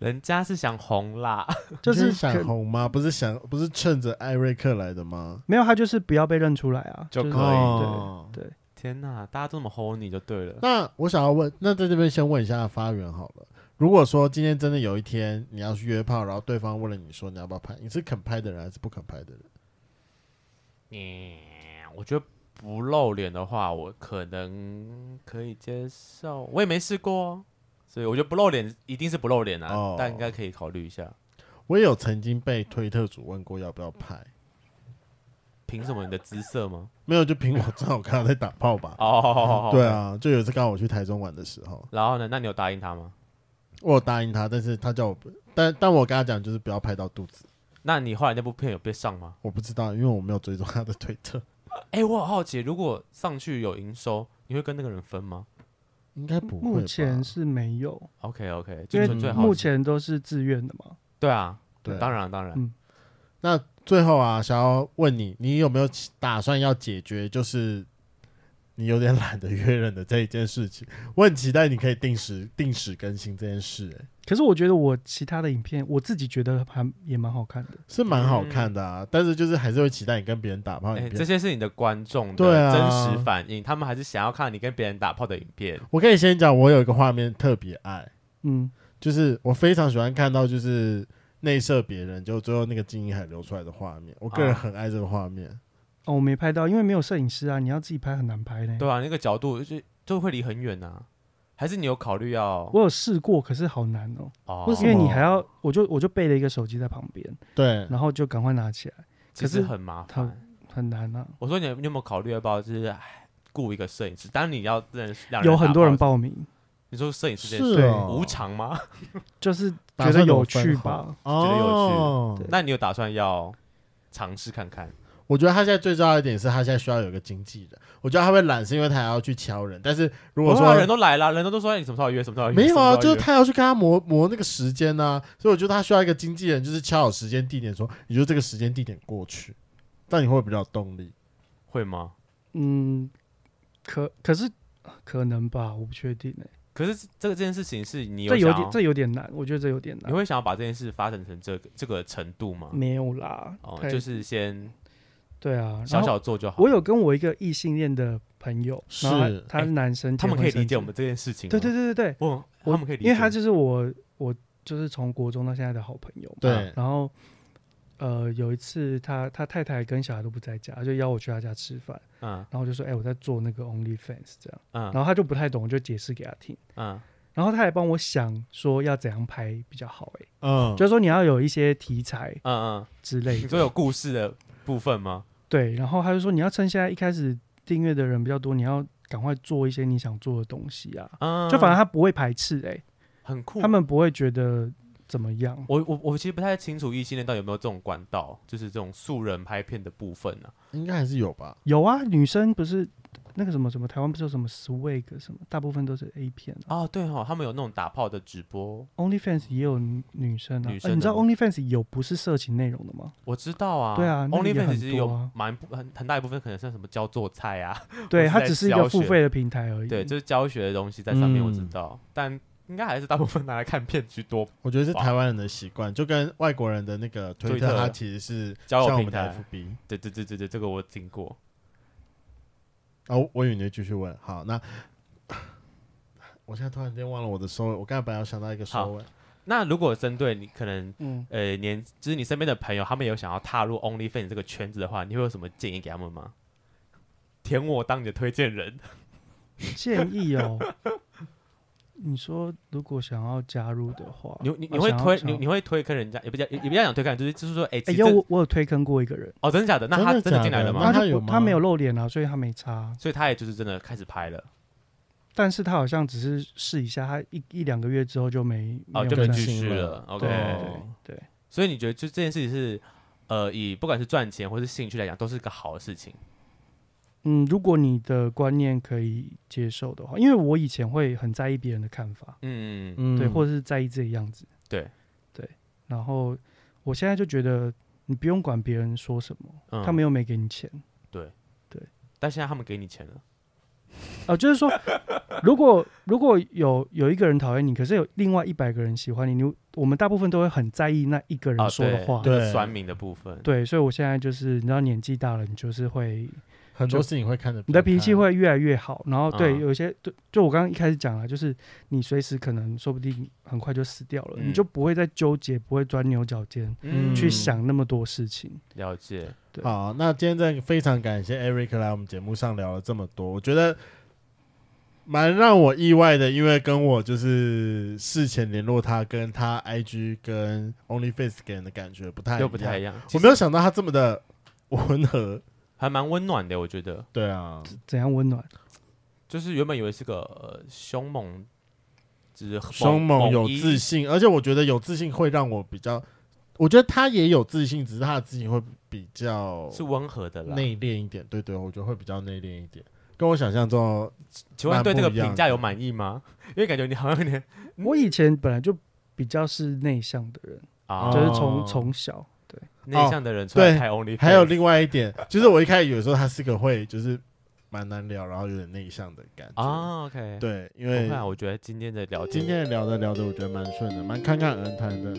S2: 人家是想红啦， [LAUGHS]
S3: 就
S1: 就是是
S3: 可
S1: 想红吗？不是想不是趁着艾瑞克来的吗？
S3: 没有，他就是不要被认出来啊，
S2: 就是可以
S1: 哦
S3: 对对。
S2: 天哪，大家都这么 horny 就对了。
S1: 那我想要问，那在这边先问一下发源好了。如果说今天真的有一天你要去约炮，然后对方问了你说你要不要拍，你是肯拍的人还是不肯拍的人？
S2: 嗯，我觉得不露脸的话，我可能可以接受，我也没试过哦、所以我觉得不露脸一定是不露脸啊，
S1: 哦
S2: 但应该可以考虑一下。
S1: 我也有曾经被推特主问过要不要拍，
S2: 凭什么你的姿色吗？
S1: 没有就凭我正好看他在打炮吧。
S2: 哦，
S1: 对。啊，就有一次刚好我去台中玩的时候，
S2: [LAUGHS] 然后呢？那你有答应他吗？
S1: 我有答应他，但是他叫我不，但但我跟他讲就是不要拍到肚子，
S2: 那你后来那部片有被上吗？
S1: 我不知道，因为我没有追踪他的推特，
S2: 哎、我很好奇，如果上去有营收，你会跟那个人分吗
S1: 应该不会吧。
S3: 目前是没有，
S2: ？OK OK，
S3: 因
S2: 就
S3: 为
S2: 纯粹好奇。
S3: 目前都是自愿的嘛。
S2: 对啊，
S1: 对
S2: 当然当然，
S3: 嗯
S1: 那最后啊，想要问你，你有没有打算要解决，就是你有点懒得约人的这一件事情？我很期待你可以定时定时更新这件事、欸，
S3: 可是我觉得我其他的影片，我自己觉得还也蛮好看的。
S1: 是蛮好看的啊。但是就是还是会期待你跟别人打炮
S2: 嗯哎、
S1: 影
S2: 这
S1: 片。
S2: 些是你的观众
S1: 对
S2: 的
S1: 啊
S2: 真实反应，他们还是想要看你跟别人打炮的影片。
S1: 我可以先讲，我有一个画面特别爱，
S3: 嗯，
S1: 就是我非常喜欢看到就是内射别人，就最后那个金银海流出来的画面。我个人
S2: 啊
S1: 很爱这个画面。
S3: 哦，我没拍到，因为没有摄影师啊，你要自己拍很难拍呢。
S2: 对啊，那个角度就就会离很远呐、还是你有考虑要？
S3: 我有试过，可是好难哦，
S2: 哦
S1: 为什
S3: 因
S1: 么
S3: 为你还要，我就我就备了一个手机在旁边，
S2: 嗯
S1: 对，
S3: 然后就赶快拿起来，
S2: 其
S3: 可
S2: 实
S3: 是
S2: 很麻
S3: 他
S2: 烦。
S3: 很难啊。
S2: 我说你有你有没有考虑要不要就是哎雇一个摄影师？当然你要认识
S3: 有很多人报名，
S2: 你说摄影师这件事
S1: 是
S3: 对
S1: 哦
S2: 无偿吗？ [LAUGHS]
S3: 就是
S1: 打
S3: 觉
S1: 算
S3: 得
S1: 怎么
S3: 有趣
S1: 分好
S3: 吧。
S2: 觉得有趣
S1: 哦
S3: 对
S2: 那你有打算要尝试看看？
S1: 我觉得他现在最重要的一点是他现在需要有一个经纪人。我觉得他会懒是因为他还要去敲人，但是如果
S2: 不会啊
S1: 说
S2: 人都来了，人都都说哎你什么时候约，什么时候约，
S1: 没有啊，
S2: 什么时
S1: 就
S2: 候
S1: 是
S2: 约
S1: 他要去跟他磨磨那个时间呐、所以我觉得他需要一个经纪人，就是敲好时间地点说，你就这个时间地点过去，这样你会比较有动力。
S2: 会吗？
S3: 嗯，可可是可能吧，我不确定哎、
S2: 可是这个这件事情是你
S3: 这
S2: 有
S3: 有
S2: 想
S3: 点
S2: 要
S3: 这有点难，我觉得这有点
S2: 你
S3: 难。
S2: 会想要把这件事发展成这个这个程度吗？
S3: 没有啦，
S2: 哦，
S3: 太
S2: 就是先
S3: 对啊。
S2: 小
S3: 然后
S2: 小做就好。
S3: 我有跟我一个异性恋的朋友，
S1: 是
S3: 然后他他
S2: 哎
S3: 是男生、
S2: 他们可以理解我
S3: 们。
S2: 们这件事情吗。
S3: 对对对对对，
S2: 我
S3: 我
S2: 他们可以理解，
S3: 因为他就是我我就是从国中到现在的好朋友嘛。
S1: 对
S3: 然后呃有一次他他太太跟小孩都不在家，就邀我去他家吃饭，
S2: 嗯
S3: 然后我就说哎、我在做那个 OnlyFans 这样，然
S2: 嗯
S3: 后他就不太懂，我就解释给他听。
S2: 嗯，
S3: 然后他还帮我想说要怎样拍比较好、欸，
S1: 嗯，
S3: 就是说你要有一些题材
S2: 嗯嗯，
S3: 之类
S2: 你
S3: 的，
S2: 说有故事的部分吗？
S3: 对。然后他就说你要趁现在一开始订阅的人比较多，你要赶快做一些你想做的东西啊。
S2: 嗯，
S3: 就反正他不会排斥、欸，
S2: 很酷。
S3: 他们不会觉得怎么样。
S2: 我我我其实不太清楚异性恋到底有没有这种管道，就是这种素人拍片的部分呢、
S1: 应该还是有吧。
S3: 有啊，女生不是那个什么什么，台湾不是有什么 swag 什么，大部分都是 A 片啊。
S2: 啊。哦，对哦，他们有那种打炮的直播，
S3: OnlyFans 也有女生啊，
S2: 女生
S3: 呃你知道
S2: 的
S3: OnlyFans 有不是色情内容的
S2: [LAUGHS]
S3: 吗？
S2: 我知道啊。
S3: 对啊那个也
S2: ，OnlyFans
S3: 很
S2: 其实有
S3: 多啊
S2: 蛮部很很大一部分可能是什么教做菜啊，
S3: 对，
S2: 是
S3: 它
S2: 在
S3: 只是一
S2: 教
S3: 个
S2: 学
S3: 付费的平台而已。
S2: 对，就是教学的东西在上面，
S1: 嗯
S2: 我知道，但应该还是大部分拿来看片居多。
S1: 我觉得是台湾人的习惯，就跟外国人的那个推
S2: 推
S1: 特，
S2: 特
S1: 它其实是
S2: 交友
S1: 像我
S2: 平
S1: 们的
S2: 台
S1: FB。
S2: 对对对对对，这个我听过。
S1: 哦，我以为你会继续问。好，那我现在突然间忘了我的收尾，我刚才本来有想到一个收尾。
S2: 那如果针对你可能
S3: 嗯，
S2: 呃年，就是你身边的朋友，他们有想要踏入 OnlyFans 这个圈子的话，你会有什么建议给他们吗？填我当你的推荐人，
S3: 建议哦，你说如果想要加入的话，
S2: 你你
S3: 啊
S2: 你会
S3: 想要
S2: 推
S3: 想
S2: 你
S3: 要
S2: 你会推坑人家，也不叫也也不要讲推坑，就是就是说，哎、
S3: 哎
S2: 其实
S3: 呦，
S2: 这
S3: 我我有推坑过一个人，
S2: 哦，真的假的？那
S1: 真
S2: 他
S1: 的
S2: 真的
S1: 假
S2: 进来
S1: 的那
S2: 了吗？
S1: 啊
S3: 他
S1: 他有
S3: 就不他
S1: 吗
S3: 没有露脸啊，所以他没差。
S2: 所以他也就是真的开始拍了，
S3: 但是他好像只是试一下，他一一两个月之后就没
S2: 哦，
S3: 没有
S2: 就没
S3: 再
S2: 继
S1: 信
S2: 续
S1: 了
S2: 了。OK，
S3: 对对
S1: 哦
S3: 对，
S2: 所以你觉得就这件事情是，呃，以不管是赚钱或是兴趣来讲，都是个好的事情。
S3: 嗯，如果你的观念可以接受的话，因为我以前会很在意别人的看法，
S2: 嗯，
S1: 嗯
S3: 对，或者是在意自己的样子，
S2: 对
S3: 对。然后我现在就觉得你不用管别人说什么，
S2: 嗯
S3: 他们又没给你钱。
S2: 但现在他们给你钱了，
S3: 哦，就是说，如果如果有有一个人讨厌你，可是有另外一百个人喜欢你，你我们大部分都会很在意那一个
S2: 啊
S3: 人说的话。
S1: 对
S2: 酸民的部分，
S3: 对所以我现在就是，你知道年纪大了，你就是会
S1: 很多事情会看着
S3: 你的脾气会越来越好。然后对，
S2: 嗯
S3: 有一些对，就我刚刚一开始讲了，就是你随时可能说不定很快就死掉了，
S2: 嗯
S3: 你就不会再纠结，不会钻牛角尖、
S1: 嗯
S3: 去想那么多事情。
S2: 了解，
S3: 对
S1: 好，那今天真的非常感谢 Eric 来我们节目上聊了这么多，我觉得蛮让我意外的，因为跟我就是事前联络他，跟他 IG 跟 OnlyFace 给人的感觉不
S3: 哎
S1: 太
S2: 又不太一
S1: 样，
S2: 样，
S1: 我没有想到他这么的温和。
S2: 还蛮温暖的，我觉得。
S1: 对啊，
S3: 怎样温暖？
S2: 就是原本以为是个、呃、凶猛，就是猛
S1: 凶猛有
S2: 一
S1: 自信，而且我觉得有自信会让我比较，我觉得他也有自信，只是他的自信会比较
S2: 是温和的啦。
S1: 内敛一点。对对，我觉得会比较内敛一点，跟我想象中
S2: 请问对这个
S1: 蛮不一样
S2: 评价有满意吗？因为感觉你好像有点嗯
S3: 我以前本来就比较是内向的人，
S2: 啊，
S3: 就是
S1: 哦
S3: 从从小。对，
S2: 内向的人出来
S1: 对
S2: 开 Only，
S1: 还有另外一
S2: [LAUGHS]
S1: 点，就是我一开始以为说他是个会就是蛮难聊，然后有点内向的感觉。
S2: 啊，OK，，
S1: 对，因
S2: 不
S1: 为
S2: 会啊，我觉得今天的聊天
S1: 今天聊着聊着，我觉得蛮顺的，蛮侃侃而谈的。